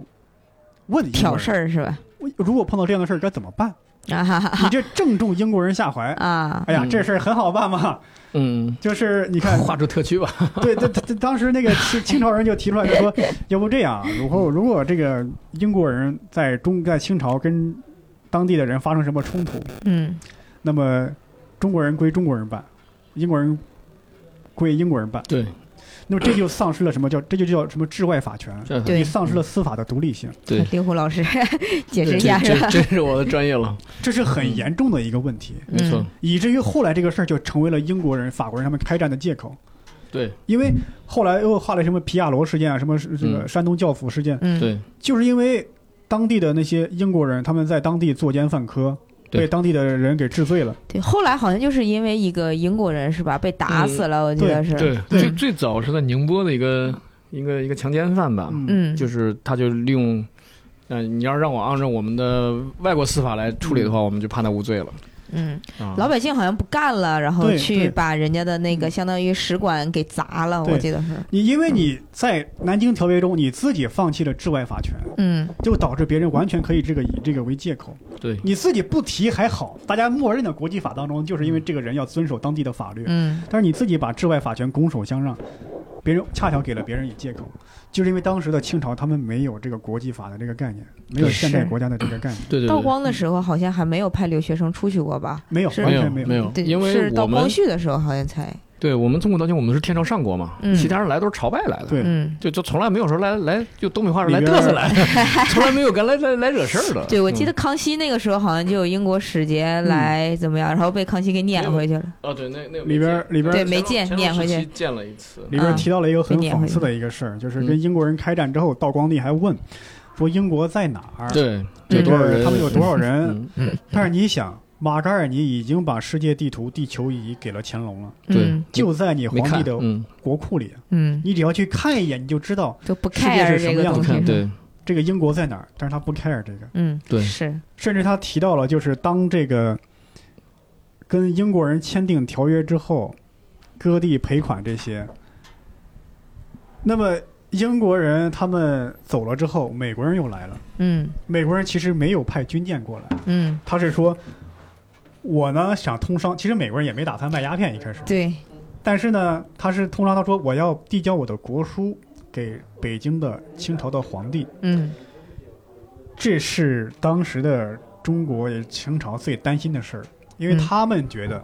问英国人挑事儿是吧？如果碰到这样的事儿该怎么办？啊哈哈你这正中英国人下怀。啊，哎呀，嗯这事儿很好办嘛，嗯，就是你看，划出特区吧。对，对对，当时那个清清朝人就提出来，就说，要不这样，啊如果如果这个英国人在中在清朝跟当地的人发生什么冲突，嗯那么中国人归中国人办，英国人归英国人办，对，那么这就丧失了什么叫这就叫什么治外法权，这对你丧失了司法的独立性，对，刘虎老师 解释这一下是吧这？真是我的专业了，这是嗯很严重的一个问题，没错嗯，以至于后来这个事儿就成为了英国人、法国人他们开战的借口。对因为后来又画了什么皮亚罗事件啊，什么是这个嗯山东教父事件，嗯对，就是因为当地的那些英国人，他们在当地作奸犯科，对被当地的人给治罪了。对，后来好像就是因为一个英国人是吧，被打死了，我记得是，对，对最最早是在宁波的一个一个一个强奸犯吧，嗯，嗯，就是他就利用，呃，你要让我按照我们的外国司法来处理的话，我们就判他无罪了。嗯，啊，老百姓好像不干了，然后对去对把人家的那个嗯相当于使馆给砸了，我对记得是，你因为你在南京条约中你自己放弃了治外法权，嗯就导致别人完全可以这个以这个为借口。对你自己不提还好，大家默认的国际法当中，就是因为这个人要遵守当地的法律。嗯但是你自己把治外法权拱手相让，别人恰巧给了别人以借口，就是因为当时的清朝他们没有这个国际法的这个概念，没有现代国家的这个概念，对对道对，光的时候好像还没有派留学生出去过吧？没有，是完没有全没没有，对，因为是我到光们绪的时候好像才，对我们从古到今我们是天朝上国嘛，嗯其他人来都是朝拜来的。对嗯。就就从来没有说来来就东北话是来里边嘚瑟来， 从来没有敢来来来惹事儿的。 嗯对，我记得康熙那个时候好像就有英国使节嗯来怎么样，然后被康熙给撵回去了。哦，对，那那里边里边对没见撵回去，乾隆时期见了一次。里边嗯提到了一个很给撵回讽去刺的一个事儿，就是嗯跟英国人开战之后，道光帝还问说英国在哪儿？对，这有个多少人？他们有多少人？嗯？但是你想，马戛尔尼已经把世界地图、地球仪给了乾隆了，对嗯，就在你没皇帝看，的嗯，国库里，嗯，你只要去看一眼，你就知道就不世界 care 是什这么个样不东子西看，是吧，对，这个英国在哪儿，但是他不 care 这个，嗯，对是，甚至他提到了，就是当这个跟英国人签订条约之后，割地赔款这些，那么英国人他们走了之后，美国人又来了，嗯美国人其实没有派军舰过来。嗯，他是说，我呢想通商，其实美国人也没打算卖鸦片一开始，对，但是呢，他是通商，他说我要递交我的国书给北京的清朝的皇帝，嗯这是当时的中国也是清朝最担心的事儿，因为嗯他们觉得。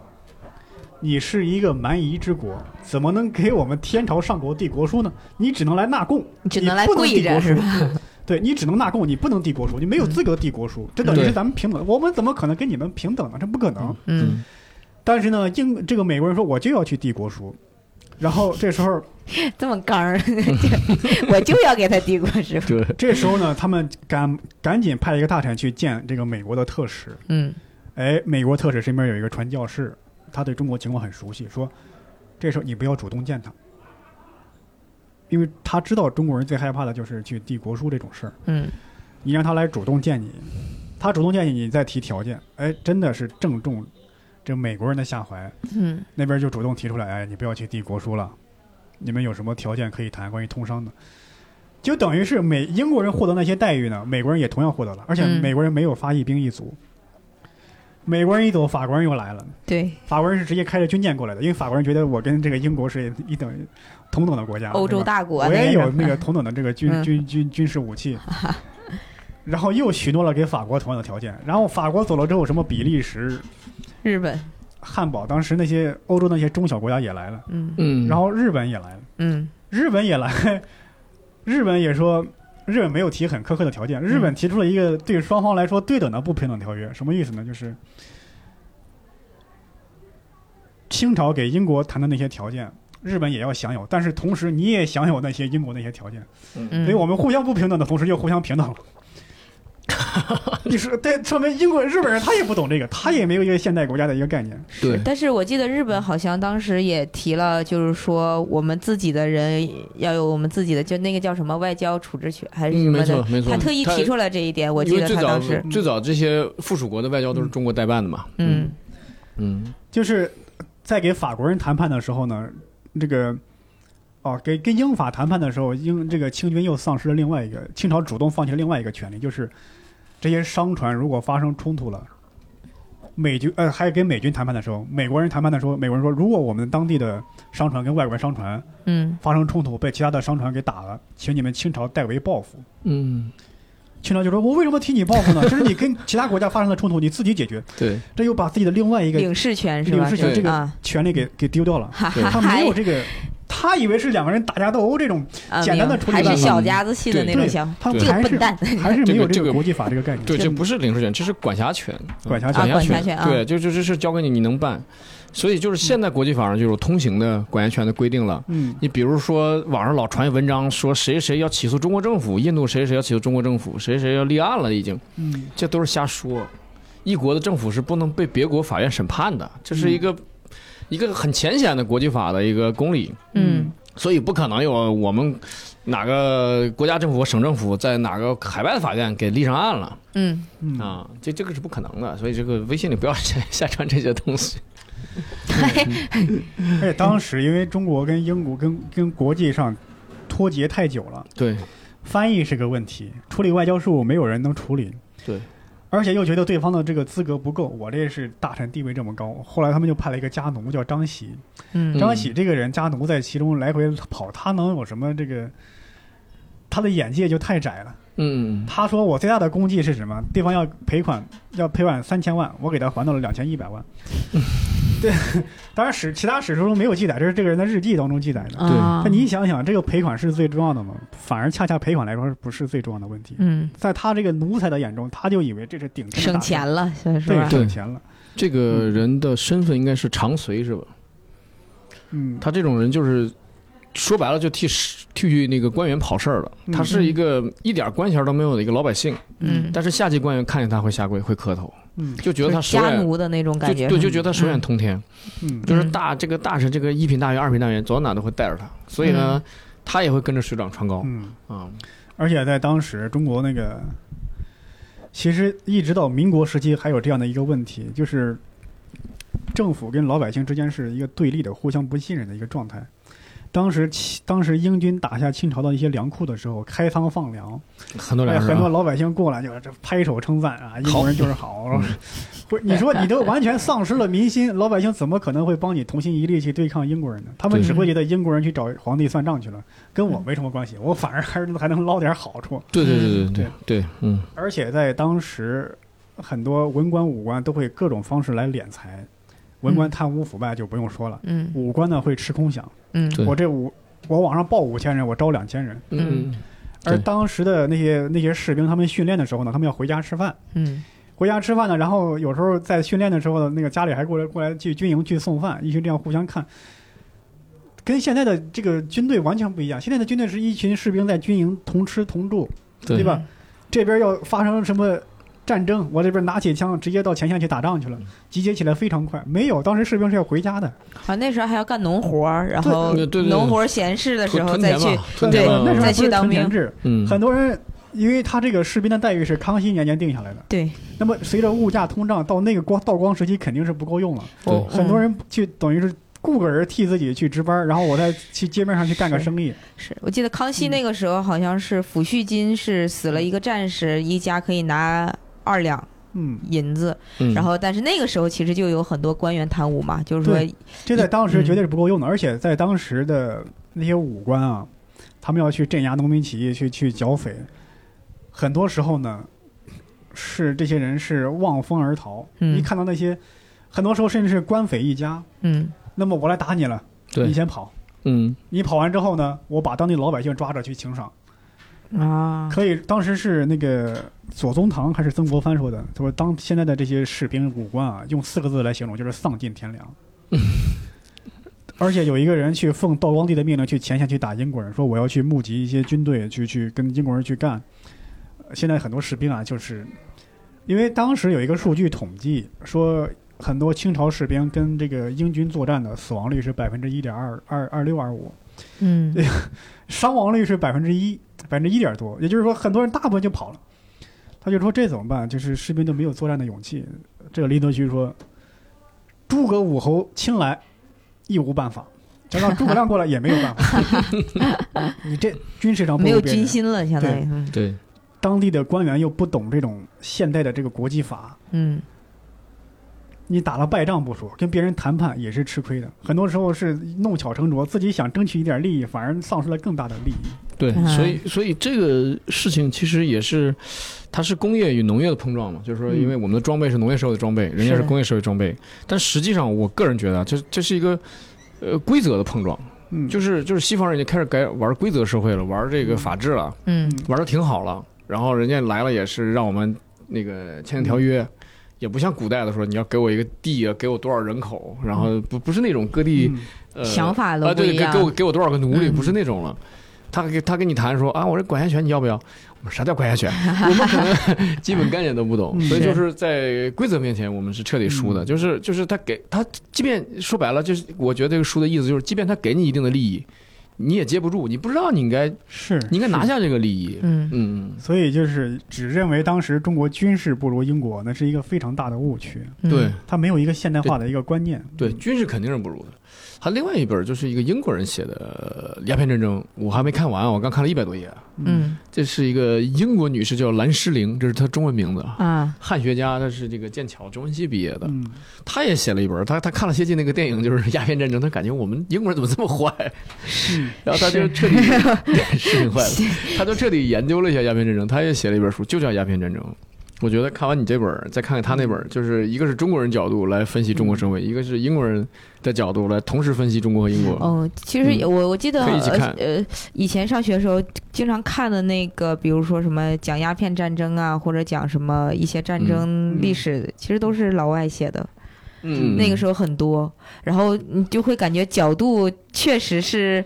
你是一个蛮夷之国，怎么能给我们天朝上国递国书呢？你只能来纳贡，你只能来你不能跪递着国是书吧？ 对你只能纳贡，你不能递国书，你没有资格递国书，这等于对是咱们平等。我们怎么可能跟你们平等呢？这不可能。嗯，但是呢，英这个美国人说我就要去递国书，然后这时候 这么刚儿，就我就要给他递过是吧？对，这时候呢，他们赶赶紧派一个大臣去见这个美国的特使。嗯哎，美国特使身边有一个传教士，他对中国情况很熟悉，说这时候你不要主动见他，因为他知道中国人最害怕的就是去递国书这种事儿。嗯你让他来主动见你，他主动见你，你再提条件，哎，真的是正中这美国人的下怀。嗯那边就主动提出来，哎，你不要去递国书了，你们有什么条件可以谈关于通商的？就等于是美英国人获得那些待遇呢，美国人也同样获得了，而且嗯美国人没有发一兵一卒。美国人一走，法国人又来了。对，法国人是直接开着军舰过来的，因为法国人觉得我跟这个英国是一等同等的国家，欧洲对吧大国啊我也有那个个同等的这个军、嗯军军军事武器，然后又许诺了给法国同样的条件。然后法国走了之后，什么比利时、日本，汉堡，当时那些欧洲那些中小国家也来了。嗯嗯，然后日本也来了，嗯日本也来， 日本也说，日本没有提很苛刻的条件，日本提出了一个对双方来说对等的不平等条约，什么意思呢？就是清朝给英国谈的那些条件。日本也要享有，但是同时你也享有那些英国那些条件，嗯，所以我们互相不平等的同时又互相平等了。你说对，说明英国日本人他也不懂这个，他也没有一个现代国家的一个概念。对，但是我记得日本好像当时也提了，就是说我们自己的人要有我们自己的，就那个叫什么外交处置权还是什嗯，没么的错，没错，他特意提出来这一点，我记因为得最他早当时，最早这些附属国的外交都是中国代办的嘛，嗯嗯，就是在给法国人谈判的时候呢，这个哦，给跟英法谈判的时候，英这个清军又丧失了另外一个清朝主动放弃了另外一个权利，就是这些商船如果发生冲突了，美军呃，还有跟美军谈判的时候，美国人谈判的时候，美国人说，如果我们当地的商船跟外国商船嗯发生冲突，被其他的商船给打了，请你们清朝代为报复。嗯，清朝就说：“我为什么替你报复呢？这是你跟其他国家发生的冲突，你自己解决。对，这又把自己的另外 一个领事权是吧？领事权这个啊，权利给给丢掉 了。哈对哈他还没有这个，他以为是两个人打架斗殴这种，啊简单的明白处理办还法是小家子气的那种对想法，他对这还个是笨 蛋，还是没有这个这这个个国际法这个概念。对，这这不是领事权，这是管辖权，管辖权嗯管啊管权，辖权啊对，就就这是交给你，你能办。所以就是现在国际法上就有通行的管辖权的规定了。嗯，你比如说，网上老传文章说谁谁要起诉中国政府，印度谁谁要起诉中国政府，谁谁要立案了，已经，嗯，这都是瞎说。一国的政府是不能被别国法院审判的，这是一嗯个、一个很浅显的国际法的一个公理。嗯所以不可能有我们哪个国家政府、省政府在哪个海外的法院给立上案了嗯，嗯，啊！这这个是不可能的。所以这个微信里不要 下下传这些东西。而且当时因为中国跟英国跟跟国际上脱节太久了， 对翻译是个问题，处理外交事务没有人能处理，对，而且又觉得对方的这个资格不够，我这是大臣地位这么高。后来他们就派了一个家奴叫张喜，嗯张喜这个人家奴在其中来回跑，他能有什么这个？他的眼界就太窄了。嗯，他说我最大的功绩是什么？对方要赔款，要赔款三千万，我给他还到了两千一百 万。对，当然史其他史书中没有记载，这是这个人的日记当中记载的。啊那你想想，这个赔款是最重要的吗？反而恰恰赔款来说是不是最重要的问题？嗯在他这个奴才的眼中，他就以为这是顶天的省大事钱，了，是对，吧？省钱了。这个人的身份应该是长随是吧？嗯，他这种人就是说白了就替替那个官员跑事儿了。嗯他是一个一点官衔都没有的一个老百姓，嗯，但是下级官员看见他会下跪，会磕头，嗯就觉得他手家眼奴的那种就感觉，对，就觉得他手眼通天。嗯就是大这个大臣，这个嗯一品大员、二品大员，走到哪都会带着他，所以呢，他也会跟着水涨船高嗯，啊。而且在当时中国那个，其实一直到民国时期还有这样的一个问题，就是政府跟老百姓之间是一个对立的、互相不信任的一个状态。当时清，当时英军打下清朝的一些粮库的时候，开仓放粮，很多哎，粮食很多啊，老百姓过来就这拍手称赞啊，英国人就是 好嗯。会，你说你都完全丧失了民心，老百姓怎么可能会帮你同心一力去对抗英国人呢？他们对只会觉得英国人去找皇帝算账去了，跟我没什么关系，我反而还是还能捞点好处。对对对对对对，嗯，而且在当时，很多文官武官都会各种方式来敛财，文官贪污腐败就不用说了，嗯武官呢会吃空饷，嗯对我这五我往上报五千人，我招两千人。嗯嗯而对当时的那些那些士兵，他们训练的时候呢，他们要回家吃饭，嗯回家吃饭呢，然后有时候在训练的时候呢，那个家里还过来过来去军营去送饭，一群这样互相看，跟现在的这个军队完全不一样。现在的军队是一群士兵在军营同吃同住，对对吧？这边要发生什么战争，我这边拿起枪直接到前线去打仗去了，集结起来非常快。没有，当时士兵是要回家的，啊，那时候还要干农活儿，然后对对对农活儿闲适的时屯候屯再田去嘛，，屯对田那时候嘛，不再是去当屯田兵制，嗯，很多人。因为他这个士兵的待遇是康熙年间定下来的，对那么随着物价通胀，到那个光道光时期肯定是不够用了。我对很多嗯人去等于是雇个人替自己去值班，然后我再去街面上去干个生意。是我记得康熙那个时候好像是抚恤金是死了一个战士，一家可以拿二两嗯，银子，嗯然后但是那个时候其实就有很多官员贪污嘛，就是说对这在嗯当时绝对是不够用的，而且在当时的那些武官啊，他们要去镇压农民起义，去去剿匪，很多时候呢，是这些人是望风而逃。嗯一看到那些，很多时候甚至是官匪一家，嗯那么我来打你了，你对，先跑。嗯，你跑完之后呢，我把当地老百姓抓着去请赏。嗯啊，可以，当时是那个左宗棠还是曾国藩说的，他说当现在的这些士兵武官啊，用四个字来形容就是丧尽天良。而且有一个人去奉道光帝的命令去前线去打英国人，说我要去募集一些军队去去跟英国人去干。呃现在很多士兵啊，就是因为当时有一个数据统计说，很多清朝士兵跟这个英军作战的死亡率是百分之一点二二二六二五，嗯对伤亡率是百分之一，百分之一点多，也就是说，很多人大部分就跑了。他就说这怎么办？就是士兵就没有作战的勇气。这个林则徐说：“诸葛武侯亲来，亦无办法；要让诸葛亮过来也没有办法。 你这军事上不没有如别人军，心了，相当于嗯对，当地的官员又不懂这种现代的这个国际法，嗯你打了败仗不说，跟别人谈判也是吃亏的。很多时候是弄巧成拙，自己想争取一点利益，反而丧失了更大的利益。对，嗯所以所以这个事情其实也是，它是工业与农业的碰撞嘛，就是说，嗯因为我们的装备是农业社会的装备，人家是是工业社会装备，但实际上，我个人觉得啊，这这是一个呃规则的碰撞，嗯，就是就是西方人已经开始改玩规则社会了，玩这个法治了，嗯玩的挺好了，然后人家来了也是让我们那个签条约。也不像古代的时候，你要给我一个地啊，给我多少人口，然后不不是那种各地、嗯呃想法都啊，不对，一给样给，我给我多少个奴隶，嗯不是那种了。他给他跟你谈说啊，我这管辖权你要不要？我说啥叫管辖权？我们可能 基本概念都不懂，嗯所以就是在规则面前，我们是彻底输嗯的。就是就是他给他，即便说白了，就是我觉得这个输的意思就是，即便他给你一定的利益，你也接不住，你不知道你应该你是应该拿下这个利益。嗯嗯，所以就是只认为当时中国军事不如英国，那是一个非常大的误区。嗯对他没有一个现代化的一个观念。对，军事肯定是不如的。还另外一本就是一个英国人写的《鸦片战争》，我还没看完，我刚看了一百多页。嗯这是一个英国女士叫蓝诗玲，这是她中文名字啊。 啊汉学家，她是这个剑桥中文系毕业的，嗯，她也写了一本，她她看了些进那个电影，就是《鸦片战争》，她感觉我们英国人怎么这么坏，然后她 就是彻 底是挺坏的，她就彻底研究了一下鸦片战争，她也写了一本书，就叫《鸦片战争》。我觉得看完你这本儿，再看看他那本儿，就是一个是中国人角度来分析中国社会，一个是英国人的角度来同时分析中国和英国。哦，其实嗯我我记得可以一起呃看呃，以前上学的时候经常看的那个，比如说什么讲鸦片战争啊，或者讲什么一些战争嗯历史，其实都是老外写的。嗯，那个时候很多，然后你就会感觉角度确实是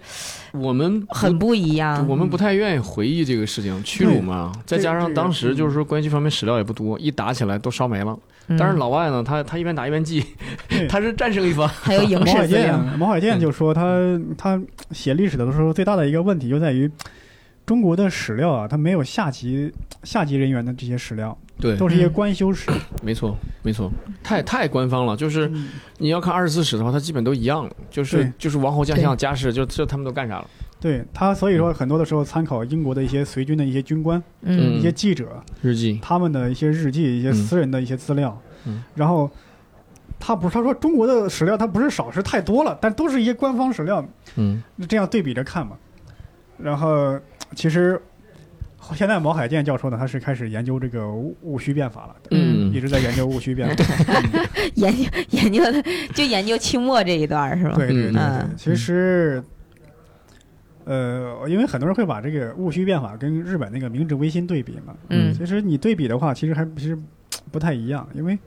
我们不很不一样。我们不太愿意回忆这个事情，屈辱嘛。嗯再对嗯加上这个当时就是说关于这方面史料也不多，一打起来都烧没了。嗯但是老外呢，他他一边打一边记对，他是战胜 一方。还有影毛视海资料，嗯嗯建，毛海建就说他他写历史的时候最大的一个问题就在于，中国的史料啊，它没有下级下级人员的这些史料，对，都是一些官修 史。没错，没错，嗯太太官方了。就是你要看二十四史的话，它基本都一样，就是对就是王侯将相家世，就这他们都干啥了？对他，所以说很多的时候参考英国的一些随军的一些军官、嗯一些记者，日记，他们的一些日记、一些嗯私人的一些资料，嗯然后。他不是他说中国的史料，它不是少，是太多了，但都是一些官方史料，嗯那这样对比着看嘛。然后其实现在毛海建教授呢，他是开始研究这个戊戊戌变法了，嗯一直在研究戊戌变嗯法。研究研究的就研究清末这一段儿是吧？对对对对，嗯其实。呃，因为很多人会把这个戊戌变法跟日本那个明治维新对比嘛，嗯其实你对比的话，其实还其实不太一样，因为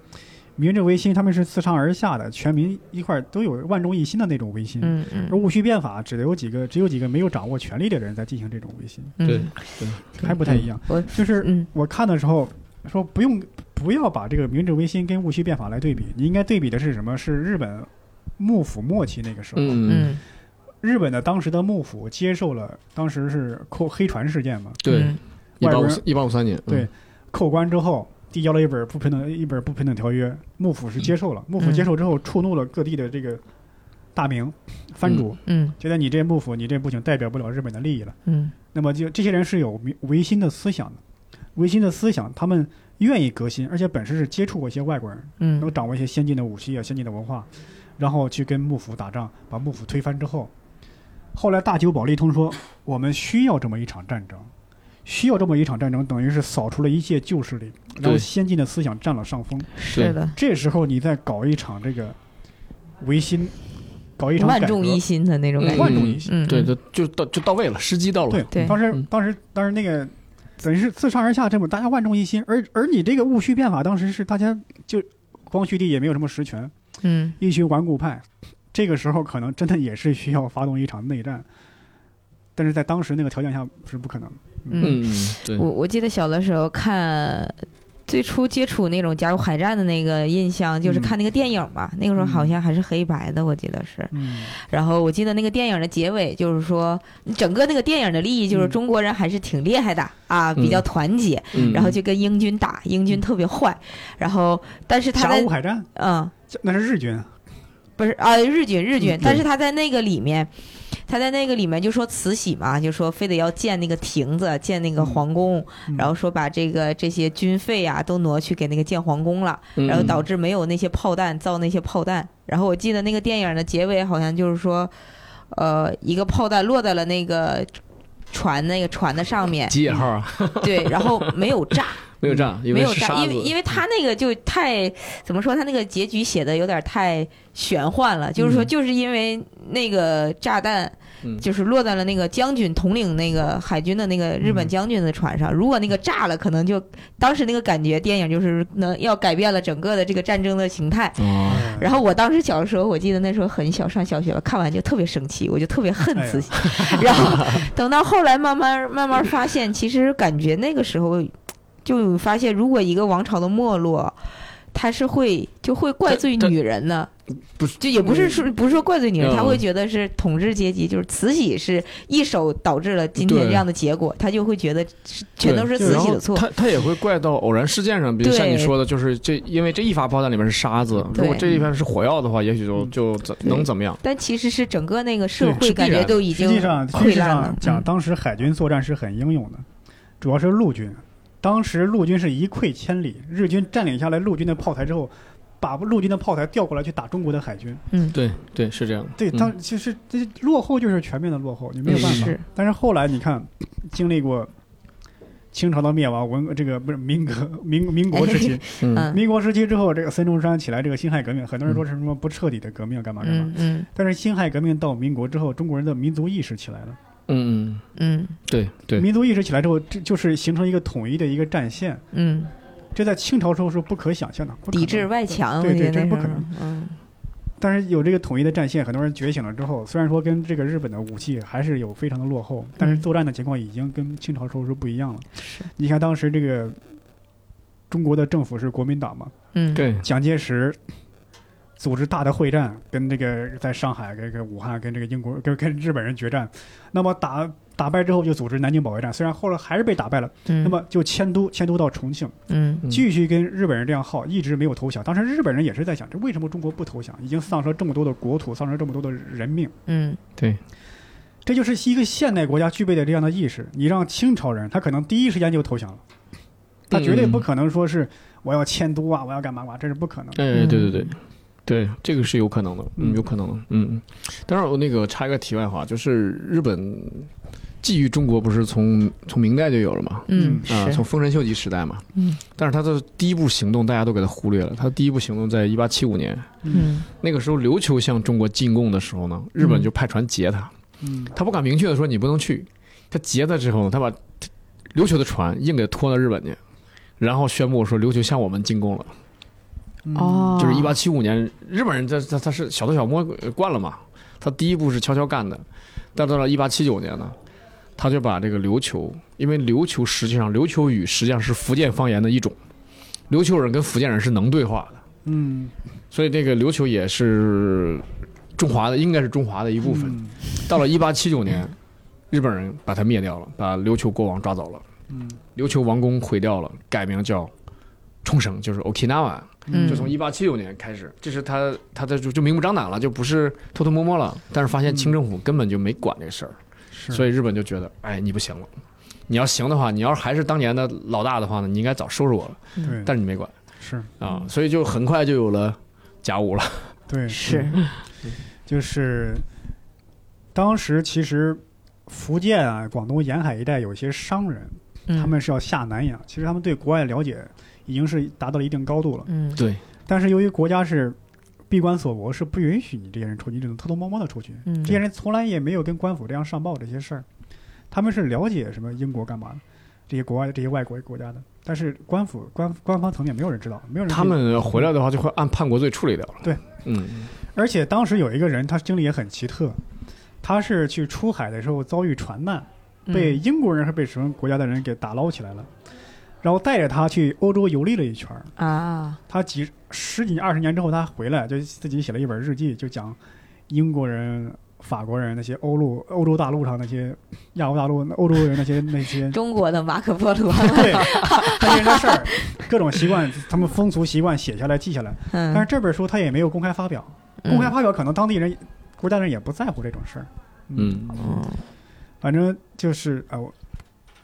明治维新他们是自上而下的，全民一块儿都有万众一心的那种维新，嗯嗯而戊戌变法只有几个只有几个没有掌握权力的人在进行这种维新，嗯，对还不太一样。我就是嗯我看的时候说不用不要把这个明治维新跟戊戌变法来对比，你应该对比的是什么？是日本幕府末期那个时候，嗯，嗯日本的当时的幕府接受了当时是扣黑船事件嘛，对，嗯一外八国五人一八五三年，嗯对，扣关之后。递交了一本不平等一本不平等条约，幕府是接受了。幕府接受之后，触怒了各地的这个大名藩主，嗯觉得你这幕府你这不行，代表不了日本的利益了。嗯那么就这些人是有民维新的思想的，维新的思想，他们愿意革新，而且本身是接触过一些外国人，能够嗯掌握一些先进的武器啊、先进的文化，然后去跟幕府打仗，把幕府推翻之后，后来大久保利通说，我们需要这么一场战争，需要这么一场战争，等于是扫除了一切旧势力，然后对先进的思想占了上风。是的，这时候你再搞一场这个维新，搞一场万改众革一心的那种感觉，万众一心。嗯对，就就到就到位了，时机到了，对，对当时嗯当时当时那个等于是自上而下这么大家万众一心，而而你这个戊戌变法当时是大家就光绪帝也没有什么实权，嗯一群顽固派，这个时候可能真的也是需要发动一场内战，但是在当时那个条件下是不可能的。嗯。嗯，对我，我记得小的时候看，最初接触那种加入海战的那个印象，嗯就是看那个电影嘛。那个时候好像还是黑白的，我记得是。嗯，然后我记得那个电影的结尾，就是说整个那个电影的利益就是嗯中国人还是挺厉害的啊，比较团结，嗯然后就跟英军打，英嗯军特别坏。然后，但是他甲在午海战嗯，那是日军，不是啊，日军日军嗯，但是他在那个里面，他在那个里面就说慈禧嘛，就说非得要建那个亭子，建那个皇宫，嗯然后说把这个这些军费啊都挪去给那个建皇宫了，嗯然后导致没有那些炮弹造那些炮弹。然后我记得那个电影的结尾好像就是说，呃，一个炮弹落在了那个船那个船的上面，集野号啊，对，然后没有炸，没有炸，因没为有是炸，沙因为子，因为他那个就太怎么说，他那个结局写的有点太玄幻了，就是说，嗯就是因为那个炸弹嗯，就是落在了那个将军统领那个海军的那个日本嗯将军的船上，如果那个炸了，可能就当时那个感觉，电影就是能要改变了整个的这个战争的形态。哦嗯然后我当时小的时候，我记得那时候很小，上小学了，看完就特别生气，我就特别恨慈禧。哎然后等到后来慢慢慢慢发现，其实感觉那个时候就发现，如果一个王朝的没落，他是会就会怪罪但女人的。不是就也不是说不是说怪罪女人，嗯他会觉得是统治阶级，就是慈禧是一手导致了今天对这样的结果，他就会觉得是全都对是慈禧的然错。后他他也会怪到偶然事件上，比如对像你说的，就是这因为这一发炮弹里面是沙子，对嗯如果这一发是火药的话，也许就就怎对能怎么样？但其实是整个那个社对会是必感觉然都已实经际上军溃事烂了上。讲，嗯当时海军作战是很英勇的，主要是陆军。当时陆军是一溃千里，日军占领下来陆军的炮台之后，把陆军的炮台调过来去打中国的海军。嗯，对对，是这样的。对，嗯当其实这落后就是全面的落后，你没有办法是。但是后来你看，经历过清朝的灭亡，文这个不是民 革民民国时期，嗯嗯民国时期之后，这个孙中山起来，这个辛亥革命，很多人说是什么不彻底的革命，啊干嘛干嘛。嗯嗯但是辛亥革命到民国之后，中国人的民族意识起来了。嗯，嗯对对，民族意识起来之后，这就是形成一个统一的一个战线，嗯，这在清朝时候是不可想象的，不可能抵制外强，对我觉对，得这是那不时可候能。。嗯但是有这个统一的战线，很多人觉醒了之后，虽然说跟这个日本的武器还是有非常的落后，但是作战的情况已经跟清朝时候是不一样了。是你看当时这个中国的政府是国民党嘛，嗯，对，蒋介石组织大的会战，跟这个在上海、跟这个武汉、跟这个英国、跟跟日本人决战。那么打打败之后就组织南京保卫战，虽然后来还是被打败了，嗯那么就迁都迁都到重庆，嗯嗯继续跟日本人这样耗，一直没有投降。当时日本人也是在想，这为什么中国不投降？已经丧失了这么多的国土，丧失了这么多的人命，嗯对，这就是一个现代国家具备的这样的意识。你让清朝人，他可能第一时间就投降了，他绝对不嗯可能说是我要迁都啊，我要干嘛嘛，这是不可能的。嗯哎，对对对，对，这个是有可能的，嗯，嗯有可能的，嗯。当然，我那个插一个题外话，就是日本觊觎中国，不是从从明代就有了嘛？嗯嗯啊、是从丰臣秀吉时代嘛。嗯。但是他的第一步行动，大家都给他忽略了。他的第一步行动在一八七五年，嗯那个时候琉球向中国进贡的时候呢，日本就派船截他，嗯他不敢明确的说你不能去，他截他之后呢，他把琉球的船硬给拖到日本去，然后宣布说琉球向我们进贡了。嗯哦，就是一八七五年，日本人他他他是小偷小摸呃惯了嘛，他第一步是悄悄干的，但到了一八七九年呢，他就把这个琉球，因为琉球实际上琉球语实际上是福建方言的一种，琉球人跟福建人是能对话的，嗯所以这个琉球也是中华的，应该是中华的一部分。嗯到了一八七九年，日本人把他灭掉了，把琉球国王抓走了，嗯琉球王宫毁掉了，改名叫冲绳，就是 Okinawa。嗯就从一八七九年开始，这是他他的就就明目张胆了，就不是偷偷摸摸了。但是发现清政府根本就没管这事儿，是所以日本就觉得，哎，你不行了。你要行的话，你要还是当年的老大的话呢，你应该早收拾我了。对但是你没管是啊，所以就很快就有了甲午了。对嗯是就是当时其实福建啊、广东沿海一带有一些商人，他嗯他们是要下南洋，其实他们对国外的了解已经是达到了一定高度了。嗯对，但是由于国家是闭关锁国，是不允许你这些人出去，你只能偷偷摸摸的出去。嗯这些人从来也没有跟官府这样上报这些事儿，他们是了解什么英国干嘛的，这些国外这些外国国家的，但是官府官官方层面没有人知道，没有人他们回来的话就会按叛国罪处理掉了。对，嗯，而且当时有一个人，他经历也很奇特，他是去出海的时候遭遇船难，嗯嗯被英国人还是被什么国家的人给打捞起来了，然后带着他去欧洲游历了一圈儿。啊他几十几二十年之后，他回来就自己写了一本日记，就讲英国人、法国人那些欧陆、欧洲大陆上那些亚欧大陆、欧洲人那些那 些中国的马可波 罗，对那些人的事儿，各种习惯，他们风俗习惯写下来记下来。但是嗯，这本书他也没有公开发表，公开发表可能当地人、国家人也不在乎这种事儿。嗯，嗯反正就是啊、我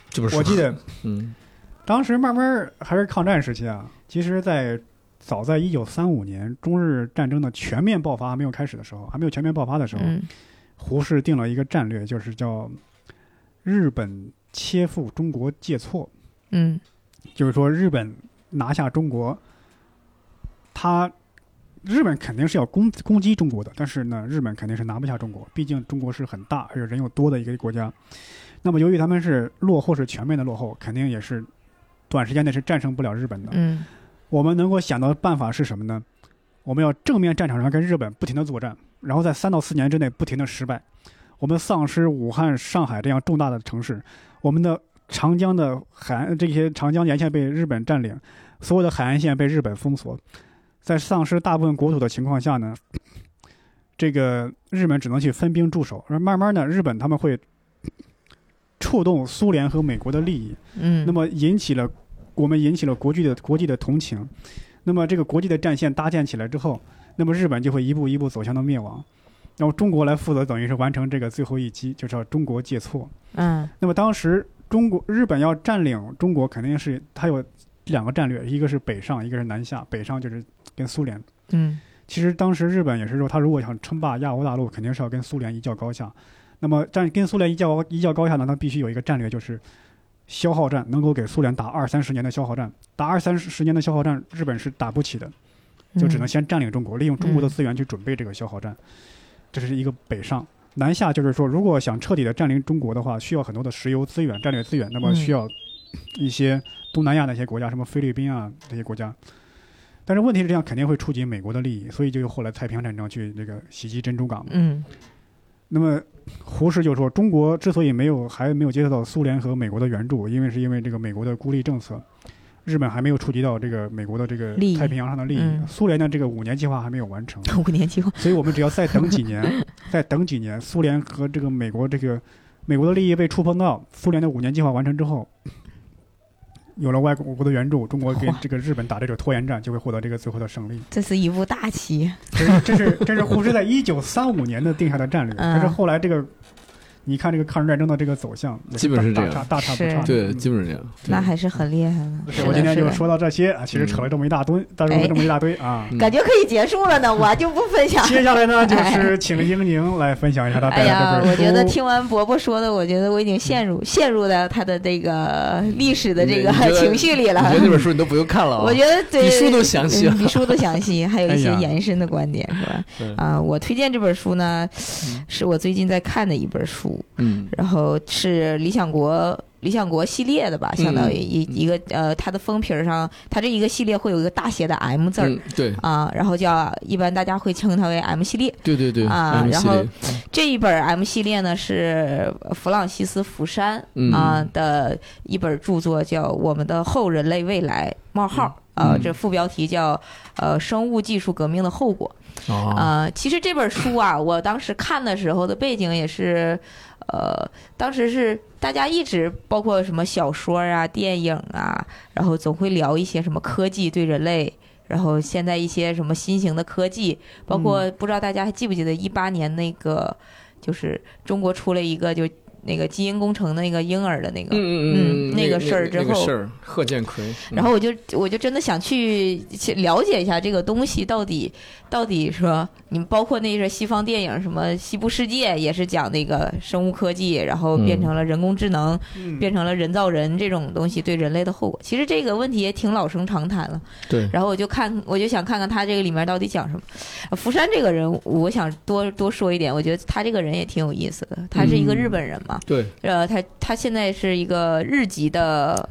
这本书我记得嗯当时慢慢儿还是抗战时期啊，其实在，早在一九三五年中日战争的全面爆发还没有开始的时候，还没有全面爆发的时候，嗯胡适定了一个战略，就是叫日本切腹，中国借错，嗯就是说日本拿下中国，他。日本肯定是要攻攻击中国的，但是呢，日本肯定是拿不下中国，毕竟中国是很大而且人又多的一个国家。那么，由于他们是落后，是全面的落后，肯定也是短时间内是战胜不了日本的。嗯我们能够想到的办法是什么呢？我们要正面战场上跟日本不停的作战，然后在三到四年之内不停的失败。我们丧失武汉、上海这样重大的城市，我们的长江的海岸这些长江沿线被日本占领，所有的海岸线被日本封锁。在丧失大部分国土的情况下呢，这个日本只能去分兵驻守。而慢慢呢，日本他们会触动苏联和美国的利益，嗯，那么引起了我们引起了国际的国际的同情，那么这个国际的战线搭建起来之后，那么日本就会一步一步走向的灭亡，然后中国来负责等于是完成这个最后一击，就是要中国借错。嗯那么当时中国日本要占领中国，肯定是它有两个战略，一个是北上，一个是南下。北上就是跟苏联。嗯其实当时日本也是说，他如果想称霸亚欧大陆，肯定是要跟苏联一较高下。那么战跟苏联一较一较高下呢，他必须有一个战略，就是消耗战，能够给苏联打二三十年的消耗战。打二三十年的消耗战，日本是打不起的，就嗯只能先占领中国，利用中国的资源去准备这个消耗战。这是一个北上。南下就是说，如果想彻底的占领中国的话，需要很多的石油资源、战略资源，那么嗯需要一些东南亚那些国家，什么菲律宾啊这些国家。但是问题是这样，肯定会触及美国的利益，所以就后来太平洋战争去那个袭击珍珠港嘛。嗯那么胡适就说，中国之所以没有还没有接受到苏联和美国的援助，因为是因为这个美国的孤立政策，日本还没有触及到这个美国的这个利益太平洋上的利益，嗯苏联的这个五年计划还没有完成。五年计划，所以我们只要再等几年，再等几年，苏联和这个美国这个美国的利益被触碰到，苏联的五年计划完成之后，有了外国的援助，中国跟哇这个日本打这种拖延战，就会获得这个最后的胜利。这是一部大棋，这是这是这是胡适在一九三五年的定下的战略，嗯但是后来这个。你看这个抗日战争的这个走向，也基本是大这样大差大差不是差。对，嗯基本是这样。对那还是很厉害的。我的今天是就的说到这些啊，其实扯了这么一大堆，但是哎这么一大堆 啊。嗯感觉可以结束了呢，我就不分享。接下来呢，就是请英宁来分享一啊下她哎带呀来，我这觉得本书。听完伯伯说的，我觉得我已经陷入陷入到他的这个历史的这个你你觉得情绪里我了觉。得那本书你都不用看了啊， 我觉得对比书都详细啊嗯比书都详 细，还有一些哎呀延伸的观点，是吧？对啊、我推荐这本书呢，是我最近在看的一本书，嗯然后是理想国理想国系列的吧，相当于嗯一、一个呃，它的封皮儿上，它这一个系列会有一个大写的 M 字儿。嗯，对啊，然后叫一般大家会称它为 M 系列，对对对啊 M 然系后列，这一本 M 系列呢是弗朗西斯·福山嗯啊、的一本著作，叫《我们的后人类未来：冒号》呃，嗯这副标题叫呃生物技术革命的后果啊，啊、其实这本书啊，我当时看的时候的背景也是，呃，当时是大家一直包括什么小说啊、电影啊，然后总会聊一些什么科技对人类。然后现在一些什么新型的科技，包括不知道大家还记不记得一八年那个，就是中国出了一个就那个基因工程的那个婴儿的那个，嗯嗯那个事儿之那个后事儿，贺建奎，嗯然后我就我就真的想去去了解一下这个东西到底到底说，你们包括那些西方电影，什么《西部世界》也是讲那个生物科技，然后变成了人工智能，嗯变成了人造人这种东西对人类的后果。其实这个问题也挺老生常谈了。对，然后我就看，我就想看看他这个里面到底讲什么。呃福山这个人，我想多多说一点，我觉得他这个人也挺有意思的。他是一个嗯日本人嘛，对，呃，他他现在是一个日籍的，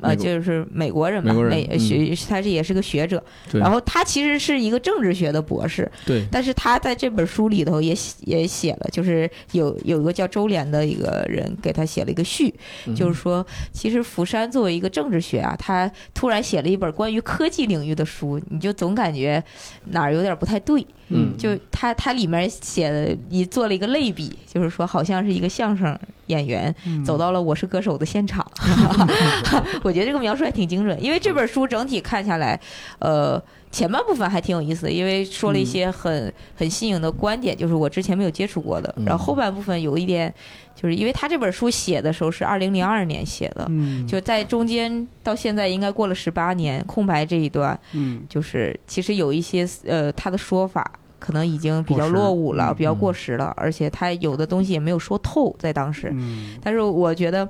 呃，美国就是美国人嘛，美国人美呃嗯学，他是也是个学者。对然后他其实是一个政治学的博士，对，但是他在这本书里头也写也写了，就是有有一个叫周濂的一个人给他写了一个序，嗯就是说，其实福山作为一个政治学啊，他突然写了一本关于科技领域的书，你就总感觉哪儿有点不太对。嗯，就他他里面写的，你做了一个类比，就是说好像是一个相声演员嗯走到了《我是歌手》的 现场，我觉得这个描述还挺精准。因为这本书整体看下来，呃，前半部分还挺有意思的，因为说嗯了一些很很新颖的观点，就是我之前没有接触过的。嗯然后后半部分有一点，就是因为他这本书写的时候是二零零二年写的，嗯，就在中间到现在应该过了十八年空白这一段，嗯就是其实有一些呃他的说法可能已经比较过时落伍了，嗯比较过时了，而且他有的东西也没有说透，在当时。嗯但是我觉得。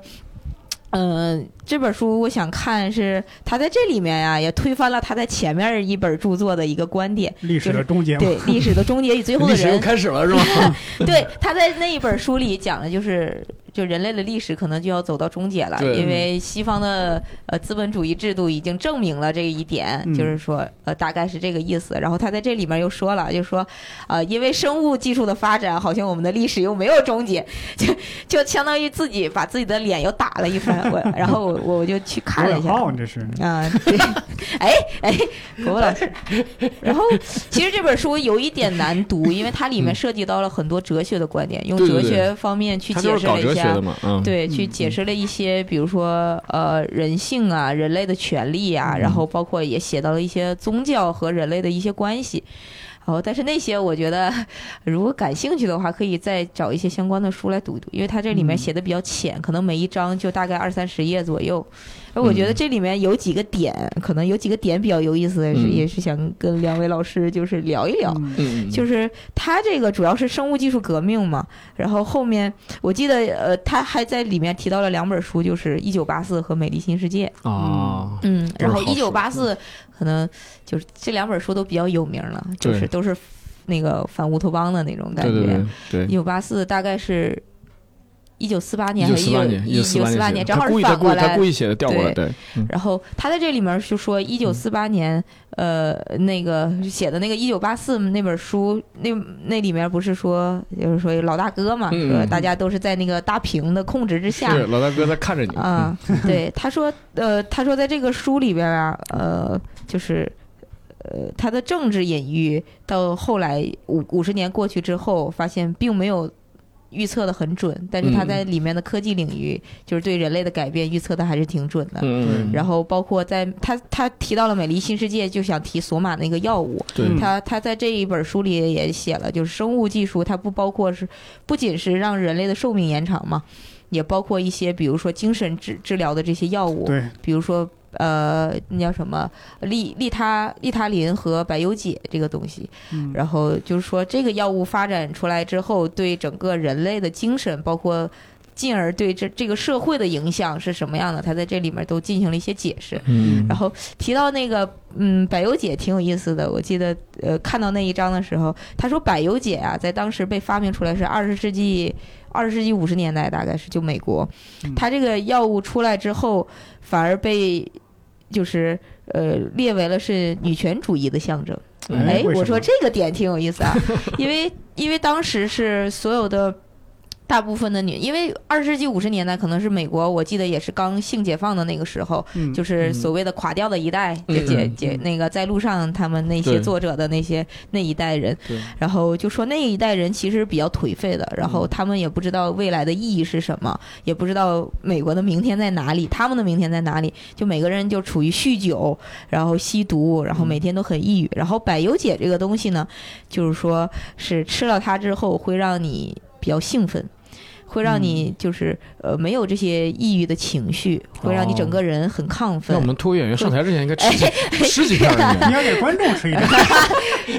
嗯、这本书我想看是他在这里面呀、也推翻了他在前面一本著作的一个观点，历史的终结嘛，对历史的终结与最后的历史又人，开始了是吧？对他在那一本书里讲的就是。就人类的历史可能就要走到终结了，对因为西方的呃资本主义制度已经证明了这一点，嗯就是说呃大概是这个意思。然后他在这里面又说了，就说呃因为生物技术的发展，好像我们的历史又没有终结， 就就相当于自己把自己的脸又打了一番。我然后我我就去看了罗一永下，浩，你这是啊，对，哎哎，国国 老师，然后其实这本书有一点难读，因为它里面涉及到了很多哲学的观点，用嗯对对哲对学方面去他解就是释搞了哲一学下的，嘛，嗯，对，去嗯解释了一些，比如说呃人性啊、人类的权利啊，嗯然后包括也写到了一些宗教和人类的一些关系。然后，但是那些我觉得，如果感兴趣的话，可以再找一些相关的书来读一读，因为它这里面嗯写的比较浅，可能每一章就大概二三十页左右。而我觉得嗯这里面有几个点，可能有几个点比较有意思，也是嗯也是想跟两位老师就是聊一聊。嗯嗯，嗯，就是他这个主要是生物技术革命嘛，然后后面我记得呃，他还在里面提到了两本书，就是《一九八四》和《美丽新世界》。啊，嗯，然后《都一是九好八书四》可能就是这两本书都比较有名了，就对是都是那个反乌托邦的那种感对觉。对对对一，九八四大概是一九四八年还是四八19年，一四九四八年年，写的，正好他故是意他反故意过他来故。意写的调过来，对，嗯然后他在这里面就说，一九四八年，呃，那个写的那个一九八四那本书，那那里面不是说，就是说有老大哥嘛，嗯说嗯大家都是在那个大屏的控制之下。是老大哥在看着你，啊， 对，他说，呃，他说在这个书里边啊，呃，就是，呃，他的政治隐喻到后来五五十年过去之后，发现并没有预测的很准，但是他嗯在里面的科技领域，就是对人类的改变预测的还是挺准的。嗯，然后包括在他他提到了美丽新世界，就想提索马那个药物。对嗯他他在这一本书里也写了，就是生物技术它不包括是不仅是让人类的寿命延长嘛，也包括一些比如说精神治治疗的这些药物，对，比如说呃那叫什么利利他利他林和白油解这个东西。嗯然后就是说，这个药物发展出来之后，对整个人类的精神，包括进而对这这个社会的影响是什么样的，他在这里面都进行了一些解释。嗯，然后提到那个，嗯，柏油姐挺有意思的。我记得，呃，看到那一章的时候，她说柏油姐啊，在当时被发明出来是二十世纪二十世纪五十年代，大概是就美国嗯，它这个药物出来之后，反而被就是呃列为了是女权主义的象征。哎哎为，什我么说这个点挺有意思啊， 因为因为当时是所有的。大部分的女，因为二十世纪五十年代可能是美国，我记得也是刚性解放的那个时候，嗯就是所谓的垮掉的一代，嗯就解嗯解那个在路上他们那些对作者的那些那一代人对，然后就说那一代人其实比较颓废的，然后他们也不知道未来的意义是什么，也不知道美国的明天在哪里，他们的明天在哪里，就每个人就处于酗酒，然后吸毒，然后每天都很抑郁。然后柏油姐这个东西呢，就是说是吃了它之后会让你比较兴奋。会让你就是呃没有这些抑郁的情绪，会让你整个人很亢奋。那我们脱口演员上台之前应该吃哎几吃几片儿应 该你要给观众吃一点，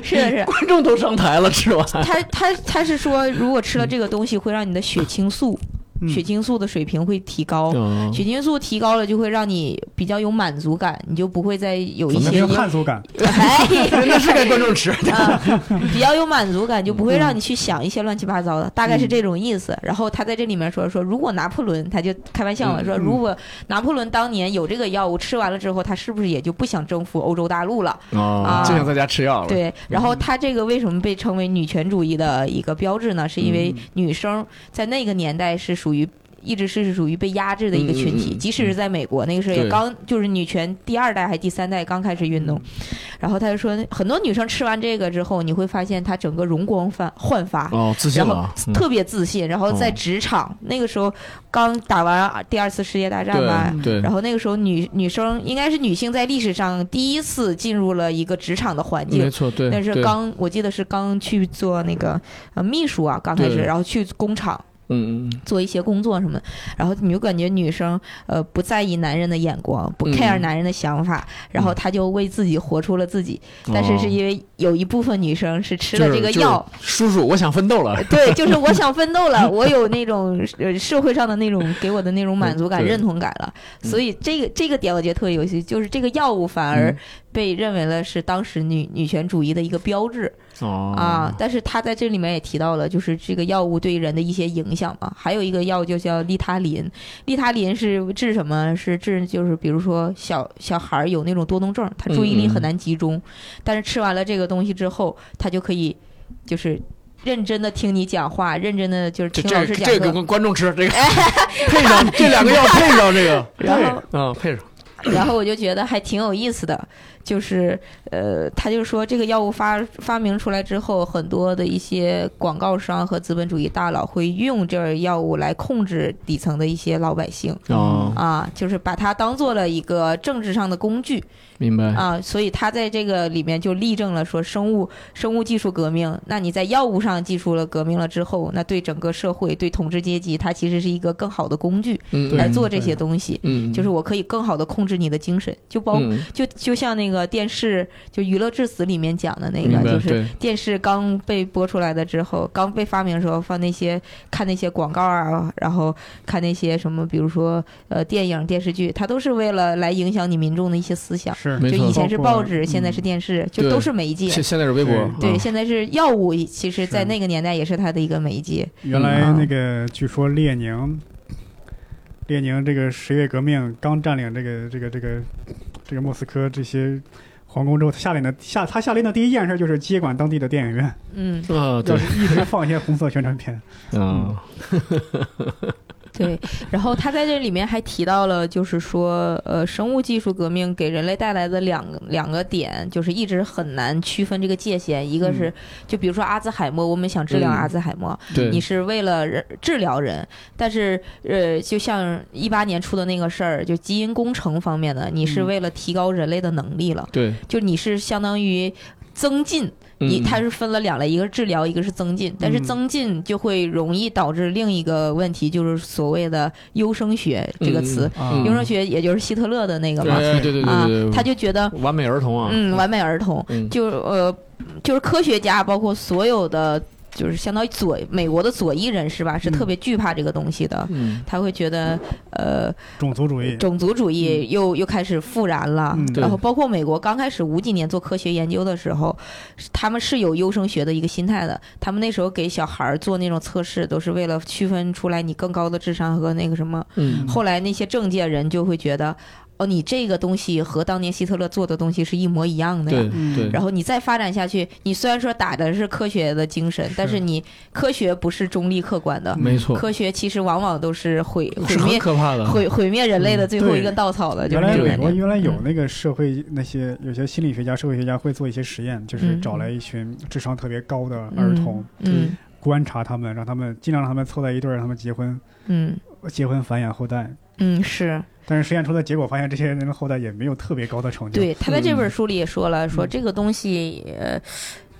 是的，是的，观众都上台了，吃完。他他他是说，如果吃了这个东西，会让你的血清素、嗯血清素的水平会提高。嗯血清素提高了，就会让你比较有满足感，你就不会再有一没些有汉族感。 哎， 那是给观众吃。 啊， 比较有满足感，就不会让你去想一些乱七八糟的，大嗯概是这种意思。然后他在这里面说说，如果拿破仑，他就开玩笑嘛，嗯说嗯如果拿破仑当年有这个药物，吃完了之后，他是不是也就不想征服欧洲大陆了？哦，就想在家吃药了。，啊对，然后她这个为什么被称为女权主义的一个标志呢？是嗯因为女生在那个年代是属于。一直是属于被压制的一个群体，嗯嗯嗯即使是在美国，那个时候也对刚就是女权第二代还是第三代刚开始运动，嗯然后她就说，很多女生吃完这个之后，你会发现她整个容光焕焕发，哦，自信然了后啊。嗯特别自信，然后在哦职场、那个时候刚打完第二次世界大战吧，对然后那个时候女女生应该是女性在历史上第一次进入了一个职场的环对，境没，错，对。那是对刚，我记得是刚去做那个呃秘书啊，刚开始，对然后去工厂嗯嗯做一些工作什么的，然后你就感觉女生呃不在意男人的眼光，不嗯 care 男人的想法，然后嗯她就为自己活出了自己。嗯，但是是哦因为有一部分女生是吃就了是这个就是药，叔叔，我想奋斗了。 对，就是我想奋斗了， 我有那种呃社会上的那种给我的那种满足感、嗯 对认同感了。嗯所以这个这个点我觉得特别有趣，就是这个药物反而嗯被认为了是当时女女权主义的一个标志。哦啊，，但是他在这里面也提到了，就是这个药物对人的一些影响嘛。还有一个药就叫利他林，利他林是治什么？是治就是比如说小小孩儿有那种多动症，他注意力嗯嗯很难集中，但是吃完了这个东西之后，他就可以就是认真的听你讲话，认真的就是这听老这师讲这课个。给观众吃， 这个配上这两个药，配上这个，然后，嗯，配上。然后我就觉得还挺有意思的，就是呃，他就说这个药物发发明出来之后，很多的一些广告商和资本主义大佬会用这儿药物来控制底层的一些老百姓哦，啊，就是把它当做了一个政治上的工具明白。啊，所以他在这个里面就例证了说生物生物技术革命，那你在药物上技术了革命了之后，那对整个社会对统治阶级，它其实是一个更好的工具嗯，来嗯做这些东西。嗯，就是我可以更好的控制你的精神，就包、嗯就就像那个电视就《娱乐至死》里面讲的那明个，白就是对电视刚被播出来的之后，刚被发明的时候放那些看那些广告啊，然后看那些什么，比如说呃电影电视剧，它都是为了来影响你民众的一些思想。是，没就错以前是报包括纸，现在是嗯电视，就对都是媒介。现现在是微博，对，嗯现在是药物，其实，在是那个年代也是它的一个媒介。原来那个据说列宁，列宁这个十月革命刚占领这个这个这个这个莫斯科这些皇宫之后，他下令的下他下令的第一件事就是接管当地的电影院，嗯，啊，要对，啊是一直放一些红色宣传片。嗯，对，然后他在这里面还提到了，就是说，呃，生物技术革命给人类带来的两个两个点，就是一直很难区分这个界限。一个是，就比如说阿兹海默，我们想治疗嗯阿兹海默，对，你是为了人治疗人，但是呃，就像一八年出的那个事儿，就基因工程方面的，你是嗯为了提高人类的能力了，对，就你是相当于增进。你嗯它是分了两类，一个是治疗，一个是增进。但是嗯增进就会容易导致另一个问题，就是所谓的优生学这个词。啊嗯优生学也就是希特勒的那个嘛，哎对对对对啊对，，他就觉得完美儿童啊，嗯，完美儿童嗯就呃，就是科学家，包括所有的，就是相当于左美国的左翼人士吧，是嗯特别惧怕这个东西的。嗯，他会觉得，呃，种族主义，种族主义又、又开始复燃了。嗯嗯对然后，包括美国刚开始五几年做科学研究的时候，是他们是有优生学的一个心态的。他们那时候给小孩儿做那种测试，都是为了区分出来你更高的智商和那个什么。嗯后来那些政界人就会觉得，哦，你这个东西和当年希特勒做的东西是一模一样的呀。对嗯对，然后你再发展下去，你虽然说打的是科学的精神，但是你科学不是中立客观的，嗯没错，科学其实往往都是毁毁是很灭可怕的，毁毁灭人类的最后一个稻草的，就嗯嗯原来是这种美感国觉。原来有那个社会那些有些心理学家、社会学家会做一些实验，就是嗯找来一群智商特别高的儿童，嗯观察他们，让他们尽量让他们凑在一对儿，让他们结婚，嗯结婚繁衍后代。嗯，是但是实验出的结果发现，这些人的后代也没有特别高的成就。对。他在这嗯本书里也说了，说这个东西，呃。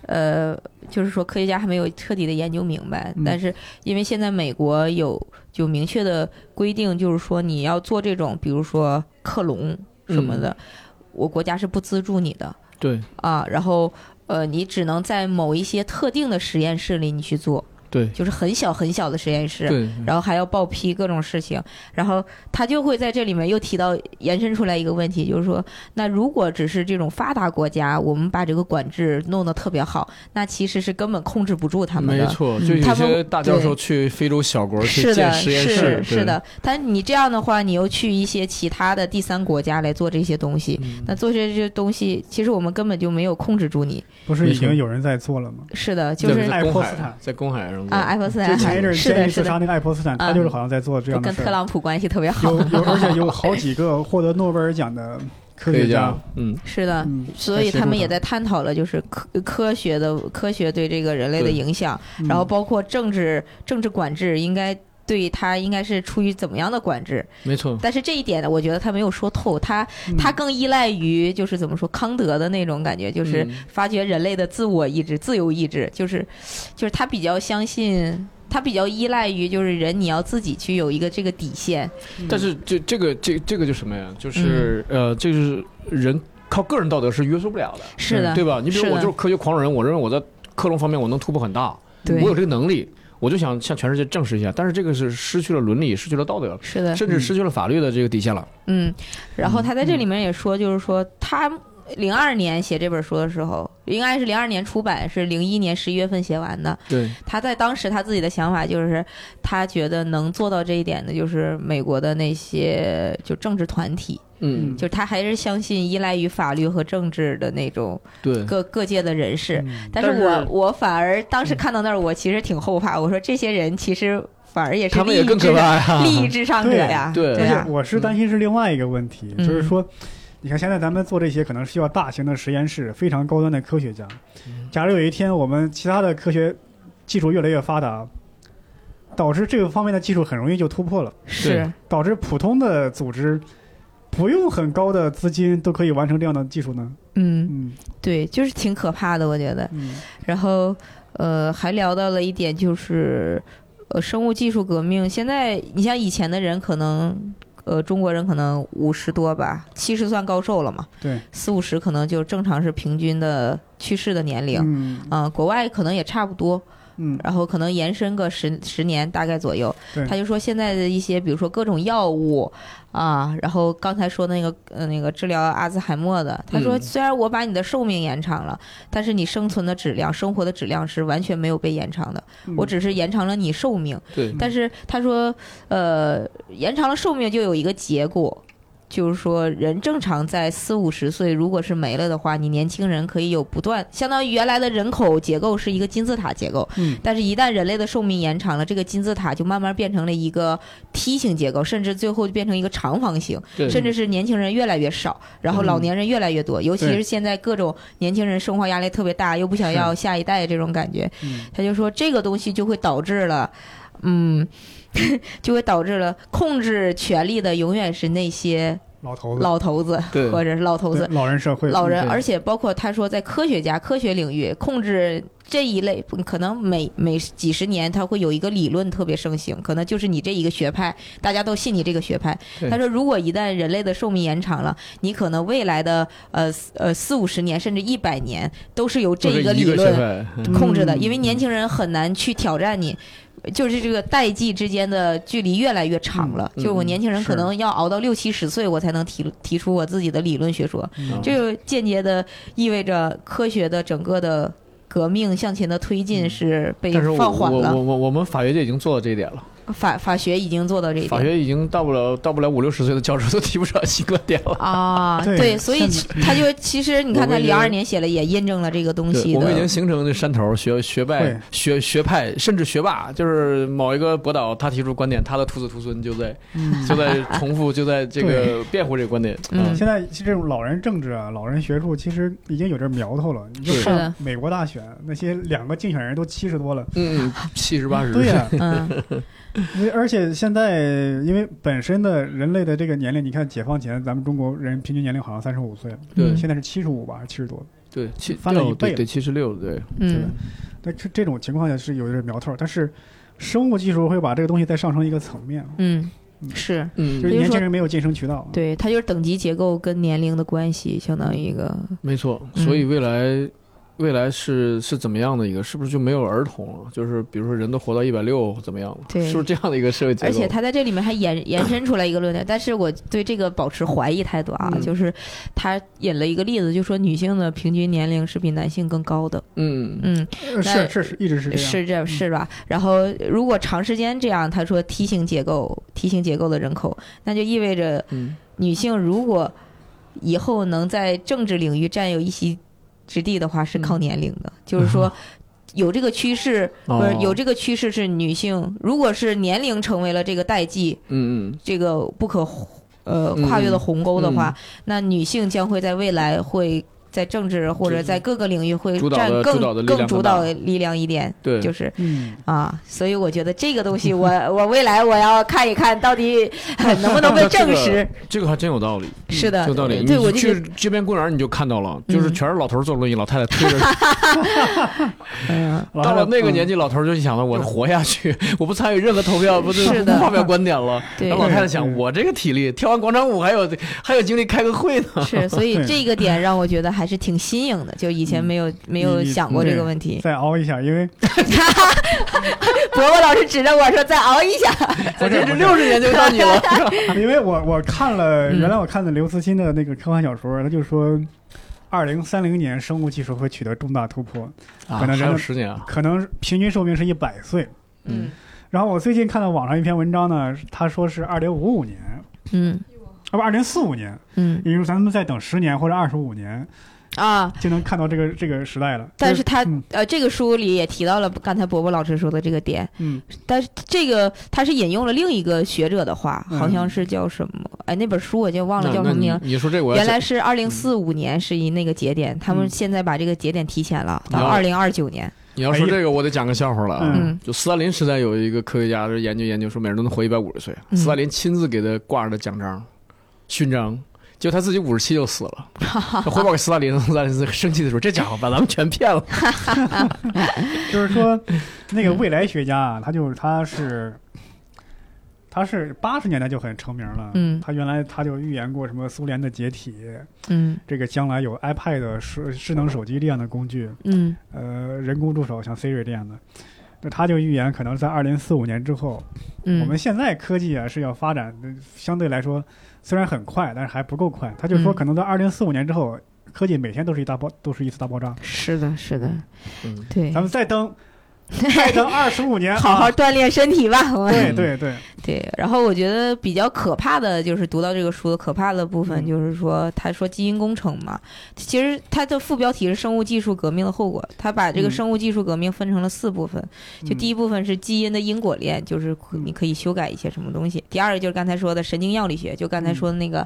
呃，就是说科学家还没有彻底的研究明白，嗯但是因为现在美国有就明确的规定，就是说你要做这种，比如说克隆什么的，嗯我国家是不资助你的。对啊，然后呃，你只能在某一些特定的实验室里你去做，对就是很小很小的实验室，对，然后还要报批各种事情，然后他就会在这里面又提到延伸出来一个问题，就是说，那如果只是这种发达国家，我们把这个管制弄得特别好，那其实是根本控制不住他们没的。嗯错，就有他们些大教授去非洲小国去是的，建实验是室，是的，但你这样的话，你又去一些其他的第三国家来做这些东西，嗯那做这些东西，其实我们根本就没有控制住你。不是已没经错有人在做了吗？是的，就在是爱在公泼斯海坦在公海上啊，爱泼斯就坦前一阵儿是监的，狱是自杀的，那个爱泼斯坦，他嗯就是好像在做这样的跟事特儿。朗普关系特别好有，有，而且有好几个获得诺贝尔奖的科科学学家，嗯， 是的。嗯，所以他们也在探讨了，就是科科学的科学对这个人类的对影响，嗯然后包括政治政治管制应该对他应该是出于怎么样的管制？没错，但是这一点呢，我觉得他没有说透，他嗯他更依赖于就是怎么说康德的那种感觉，就是嗯发掘人类的自我意志、自由意志，就是就是他比较相信，他比较依赖于就是人你要自己去有一个这个底线，但是这这个这这个就什么呀？就是、呃，这就是人靠个人道德是约束不了的，嗯是的，对吧？你比是如的我就是科学狂人，我认为我在克隆方面我能突破很大，对我有这个能力，我就想向全世界证实一下。但是这个是失去了伦理，失去了道德，是的，甚至失去了法律的这个底线了。嗯，然后他在这里嗯面也说，就是说他零二年写这本书的时候，应该是零二年出版，是零一年十一月份写完的。对，他在当时他自己的想法就是，他觉得能做到这一点的，就是美国的那些就政治团体，嗯，就是他还是相信依赖于法律和政治的那种对，各各界的人士。嗯但是嗯但我是我反而当时看到那儿，我其实挺后怕，我说这些人其实反而也是他们利也益更至可怕呀。利益至上者对呀，对而呀且，我是担心是另外一个问题，啊嗯就是说，你看现在咱们做这些可能需要大型的实验室，非常高端的科学家。嗯假如有一天我们其他的科学技术越来越发达，导致这个方面的技术很容易就突破了，是。导致普通的组织不用很高的资金都可以完成这样的技术呢？嗯，嗯对，就是挺可怕的，我觉得。嗯然后，呃，还聊到了一点，就是呃，生物技术革命。现在你像以前的人，可能呃，中国人可能五十多吧，七十算高寿了嘛，对，四五十可能就正常是平均的去世的年龄。嗯啊、国外可能也差不多，嗯然后可能延伸个十十年大概左右对。他就说现在的一些，比如说各种药物啊，然后刚才说的那个呃那个治疗阿兹海默的，他说嗯虽然我把你的寿命延长了，但是你生存的质量、生活的质量是完全没有被延长的，嗯我只是延长了你寿命。对，但是他说，呃，延长了寿命就有一个结果，就是说人正常在四五十岁，如果是没了的话，你年轻人可以有不断，相当于原来的人口结构是一个金字塔结构，嗯但是一旦人类的寿命延长了，这个金字塔就慢慢变成了一个梯形结构，甚至最后就变成一个长方形，对甚至是年轻人越来越少，然后老年人越来越多，尤其嗯对是现在各种年轻人生活压力特别大，又不想要下一代这种感觉，嗯他就说这个东西就会导致了，嗯， 就会导致了控制权力的永远是那些老头子，老头子对或者是老头对子、老人社会，老人，对而且包括他说在科学家、科学领域控制。这一类可能每每几十年，他会有一个理论特别盛行，可能就是你这一个学派，大家都信你这个学派。对他说，如果一旦人类的寿命延长了，你可能未来的呃呃四五十年甚至一百年都是由这就一个理学论派，嗯控制的，嗯因为年轻人很难去挑战你。就是这个代际之间的距离越来越长了，嗯就是我年轻人是可能要熬到六七十岁，我才能提提出我自己的理论学说，嗯这就间接的意味着科学的整个的革命向前的推进嗯是被但是我放缓我了我。我我们法学界已经做到这一点了，法法学已经做到这一法点学已经到不了到不了五六十岁的教授都提不上新观点了。啊，对对，所以现他就其实你看我他们已零经二年写了，也印证了这个东对，西我们已经的。形成这山头学学对派学学派，甚至学霸，就是某一个博导他提出观点，他的徒子徒孙就在嗯就 在重复，就在这个辩护这个观点。啊嗯现在这种老人政治啊，老人学术其实已经有这苗头了。你就是看的美国大选，那些两个竞选人都七十多了。嗯，七十八十，对呀、 嗯，因为而且现在因为本身的人类的这个年龄，你看解放前咱们中国人平均年龄好像三十五岁，对现在是七十五吧，还是七十多？ 对，七翻了一哦对倍对，七十六，对，对吧嗯，？那这这种情况下是有点苗头，但是生物技术会把这个东西再上升一个层面，啊嗯，是。就嗯，是比如说年轻人没有晋升渠道。啊对，它就是等级结构跟年龄的关系，相当于一个，没错。嗯所以未来未来是是怎么样的一个？是不是就没有儿童了？就是比如说人都活到一百六，怎么样了？对是不是这样的一个社会结构？而且它在这里面还延延伸出来一个论点，但是我对这个保持怀疑态度啊，嗯就是他引了一个例子，就说女性的平均年龄是比男性更高的，嗯，嗯，呃那是是是，一直是这样。是这是吧？然后如果长时间这样，他说梯形结构，梯形结构的人口，那就意味着嗯女性如果以后能在政治领域占有一席之地的话，是靠年龄的，就是说有这个趋势。嗯，不是有哦这个趋势是女性，如果是年龄成为了这个代际，嗯嗯这个不可呃嗯跨越的鸿沟的话，那女性将会在未来会在政治或者在各个领域会主导占的更主导的力量更主更大导力量一点，对，就是嗯，啊，所以我觉得这个东西我 我未来我要看一看到底能不能被 证实，这个还真有道理。是的，嗯有道理，对我你就觉去得，街边公园你就看到了，就是全是老头儿坐轮椅，老太太 推着。嗯，老到了太太嗯那个年纪，老头儿就想了，我活下去， 我不参与任何投票，不是的不发表观点了。对然后老太太想对，我这个体力跳完广场舞还有还有精力开个会呢。 是，所以对这个点让我觉得还是挺新颖的，就以前没有没有你你想过这对个问题。再熬一下，因为伯伯老师指着我说：“再熬一下。我 这这六十年就到你 了。因为我我看了，嗯原来我看的刘慈欣的那个科幻小说，他就说，二零三零年生物技术会取得重大突破，啊可能人还有十年啊，可能平均寿命是一百岁。”嗯嗯然后我最近看到网上一篇文章呢，他说是二零五五年，嗯啊不，二零四五年，嗯也就是咱们再等十年或者二十五年，啊！ 就能看到这个这个时代了。但是他、嗯呃，这个书里也提到了刚才伯伯老师说的这个点，嗯，但是这个他是引用了另一个学者的话，嗯好像是叫什么？哎，那本书我已经忘了那叫什么名那。你你说这我要原来是二零四五年是一那个节点，他们嗯现在把这个节点提前了，你到要二零二九年。你要说这个，我得讲个笑话了啊。嗯就斯大林时代有一个科学家就是研究研究，说每人都能活一百五十岁。嗯斯大林亲自给他挂着的奖章、勋章，结果他自己五十七就死 了。他汇报给斯大林，斯大林生气的说：“这家伙把咱们全骗了。就是说，那个未来学家啊，他就是他是。他是八十年代就很成名了，嗯他原来他就预言过什么苏联的解体，嗯这个将来有 iPad 智智能手机这样的工具，嗯呃，人工助手像 Siri 这样的，那他就预言可能在二零四五年之后，嗯，我们现在科技啊是要发展，呃相对来说虽然很快，但是还不够快。他就说嗯可能在二零四五年之后，科技每天都是一大爆，都是一次大爆炸。是的，是的，”嗯，对 咱，们再等，再等二十五年，哎好好啊。锻炼身体吧，我们对对对，对，然后我觉得比较可怕的就是读到这个书的可怕的部嗯分，就是说他说基因工程嘛，其实它的副标题是生物技术革命的后果，他把这个嗯生物技术革命分成了四部分，就第一部分是基因的因果链，就是可嗯你可以修改一些什么东西；第二个就是刚才说的神经药理学，就刚才嗯说的那个，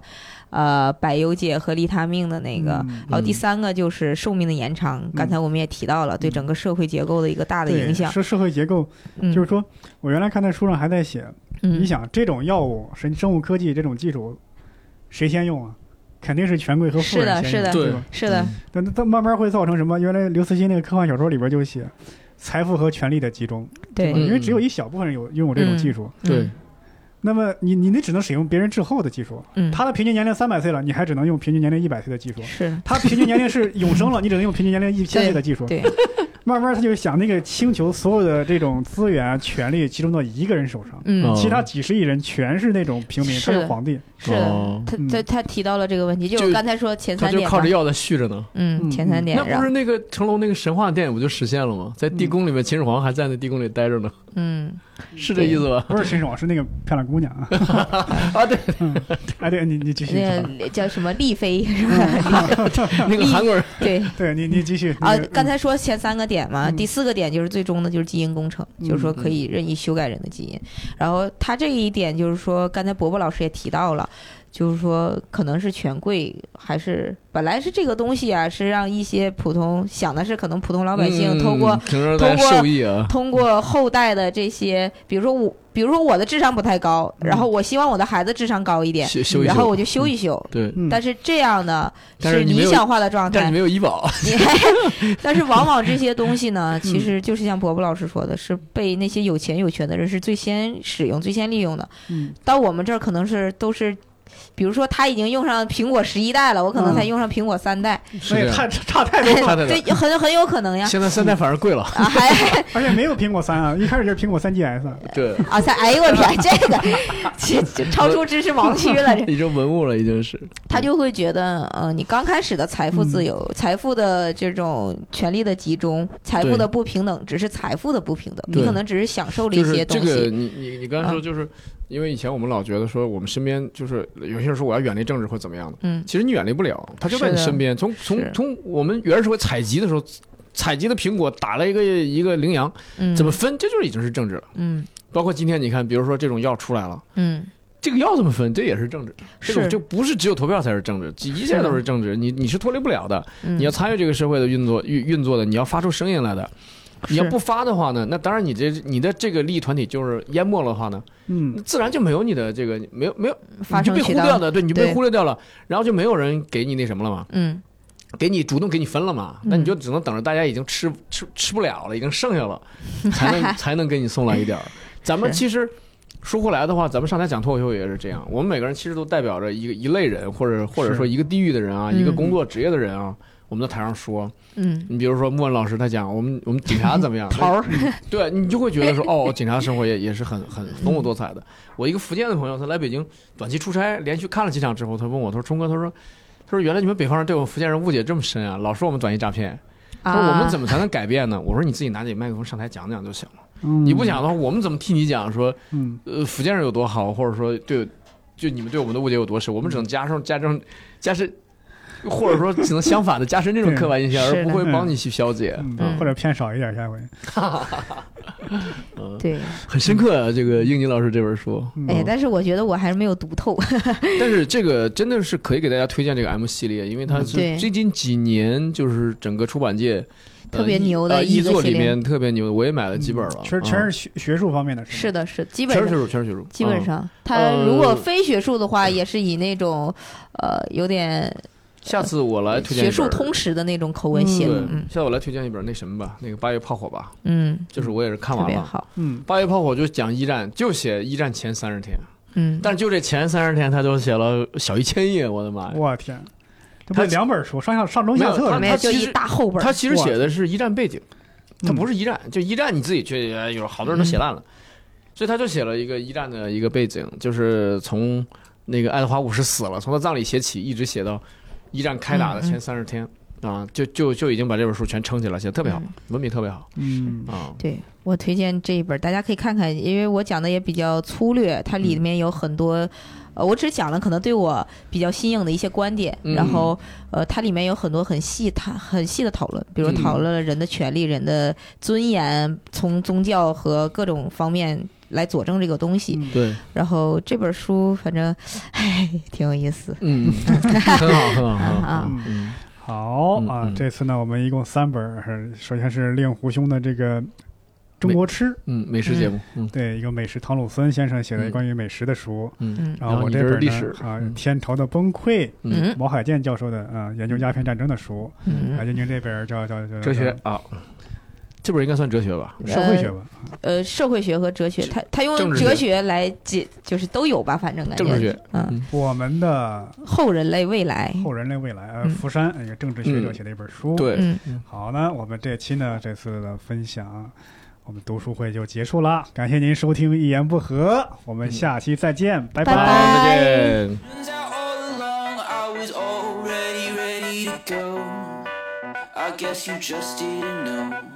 呃，百忧解和利他命的那个。嗯嗯然后第三个就是寿命的延长，刚才我们也提到了对整个社会结构的一个大的对影响。是社会结构，嗯，就是说我原来看在书上还在写，你嗯，想这种药物、生生物科技这种技术，谁先用啊？肯定是权贵和富是的人先用，是的吧？是嗯的，但它慢慢会造成什么？原来刘慈欣那个科幻小说里边就写，财富和权力的集中，对嗯吧嗯因为只有一小部分人有拥有这种技术。对，那么你你那只能使用别人滞后的技术，嗯，他的平均年龄三百岁了，你还只能用平均年龄一百岁的技术。是他平均年龄是永生了，你只能用平均年龄一千岁的技术。对，慢慢他就想那个星球所有的这种资源、权力集中到一个人手上，嗯，哦其他几十亿人全是那种平民，是他是皇帝。是的哦。他嗯他他提到了这个问题，就是就刚才说前他三就点靠嘛着，药在续着呢。嗯，嗯前三点那，然不后是那个成龙那个神话电影不就实现了吗？在地宫里面，秦始皇还在那地宫里待着呢， 嗯，是这意思吧？不是秦始皇，是那个漂亮姑娘啊！啊，对，哎，对你你继续，那个叫什么丽妃是吧？那个韩国人，对。对你你继续啊你嗯，刚才说前三个点嘛，嗯第四个点就是最终的就是基因工程，嗯就是说可以任意修改人的基因。然后他这一点就是说，刚才伯伯老师也提到了，就是说可能是权贵还是本来是这个东西啊，是让一些普通想的是可能普通老百嗯姓通过平时在受益啊，通过后代的这些，比如说我，比如说我的智商不太高，嗯然后我希望我的孩子智商高一点，修修一然后修，我就修一修。对，嗯但是这样呢，但是你没理有想化的状但是态没。有医保， 你但是往往这些东 西呢，其实就是像伯伯老师说的，是被那些有钱有权的人是最先使用、最先利用的。嗯到我们这儿可能是都是，比如说他已经用上苹果十一代了，我可能才嗯用上苹果三代，是那这也样。太差太多了， 差太多对，很很有可能呀。现在三代反而贵了，啊，还而且没有苹果三啊，一开始就是苹果三 GS， 对，啊，才哎呦我天，这个这 这超出知识盲区了，这已经文物了，已经是。他就会觉得，呃，你刚开始的财富嗯自由、财富的这种权利的集中、财富的不平等，只是财富的不平等，对你可能只是享受了就一是些东这西。嗯个，你你你刚才说，就是因为以前我们老觉得说，我们身边就是有些人说我要远离政治或怎么样的，嗯，其实你远离不了，它就是在你的身边。从是从从我们原始社会采集的时候，采集的苹果打了一个一个羚羊，嗯，怎么？分？这就是已经是政治了。嗯包括今天你看，比如说这种药出来了。嗯，这个药怎么分？这也是政治，这是个就不是只有投票才是政治，一切都是政治。你你是脱离不了的，嗯你要参与这个社会的运作运运作的，你要发出声音来的。你要是不发的话呢，那当然你这你的这个利益团体就是淹没了的话呢，嗯那，自然就没有你的这个没有没有，嗯发你就被生忽渠略道，的，对，你就对被忽略掉了，然后就没有人给你那什么了嘛，嗯给你主动给你分了嘛，嗯那你就只能等着大家已经吃吃吃不了了，已经剩 下了，才能才能给你送来一点儿。咱们是其实说回来的话，咱们上台讲脱口秀也是这样，我们每个人其实都代表着一个一类人，或者或者是说一个地域的人啊，嗯一个工作职业的人啊，我们在台上说，嗯你比如说莫文老师他讲我们我们警察怎么样，头儿，对啊你就会觉得说，哦，警察生活也也是很很丰富多彩的。我一个福建的朋友，他来北京短期出差，连续看了几场之后，他问我，他说：“冲哥，他说，他说原来你们北方人对我们福建人误解这么深啊，老说我们短期诈骗。啊他说我们怎么么才能改变呢？”我说：“你自己拿起麦克风上台讲讲就行了。嗯你不讲的话，我们怎么替你讲说，嗯呃，福建人有多好，或者说对，就你们对我们的误解有多深？我嗯们只能加上加深加深，或者说只能相反的加深这种刻板印象，是而的不会帮你去消解。嗯，或者骗少一点下回。嗯，啊对？很深刻啊，这个应尼老师这本书。” 嗯哎，但是我觉得我还是没有读透。 但是这个真的是可以给大家推荐这个 M 系列，因为它嗯对是最近几年就是整个出版界呃特别牛的呃一译个作系里列面特别牛的，我也买了几本了，其实全嗯是学学术方面的，是吧，的，是基本全是上学术，全是学术，基本嗯。上，他呃如果非学术的话，也是以那种呃有点下次我来推荐一呃学本术通识的那种口吻写对的，嗯，下次我来推荐一本那什么吧，那个《八月炮火》吧，嗯，就是我也是看特完别了。好，嗯八月炮火就讲一战，就写一战前三十天，嗯，但就这前三十天，他就写了小一千页，我的妈呀！我天，这不是两本书，上下上中下哎没册有他是吧没有它就其一实大厚本儿，他其实哇写的是一战背景，他嗯不是一战，就一战你自己去，呃有好多人都写烂了，所以他就写了一个一战的一个背景，就是从嗯那个爱德华五世死了，从他葬礼写起，一直写到一战开打的前三十天，啊，就就就已经把这本书全撑起来，写的特别好，文笔特别好嗯啊。对我推荐这一本，大家可以看看，因为我讲的也比较粗略，它嗯里面有很多，呃，我只讲了可能对我比较新颖的一些观点，嗯然后呃，它里面有很多很细、它很细的讨论，比如嗯讨论了人的权利、人的尊严，从宗教和各种方面来佐证这个东西。嗯对，然后这本书反正，唉，挺有意思。 嗯，很好，很好，很好啊。嗯，好嗯啊嗯，这次呢，我们一共三本儿，首先是令狐兄的这个《中国吃》，嗯，美食节目，嗯对，一个美食，唐鲁森先生写的关于美食的书。嗯嗯然后我你这本这是呢历史啊，嗯《天朝的崩 溃》，嗯，嗯毛海建教授的啊、呃研究鸦片战争的书，嗯啊，研究这本儿叫叫叫哲学叫啊，这本应该算哲学嗯吧？社会学吧，呃，社会学和哲学，他他用政治学哲学来解，就是都有吧，反正感觉政治学，嗯，我们的后人类未来，后人类未来，呃，嗯福山一个政治学者嗯写的一本书。，对，嗯，好呢，我们这期呢，这次的分享，我们读书会就结束啦，感谢您收听一言不合，我们下期再见，拜嗯拜好，拜再见。 Turns out all along I was already ready to go. I guess you just didn't know.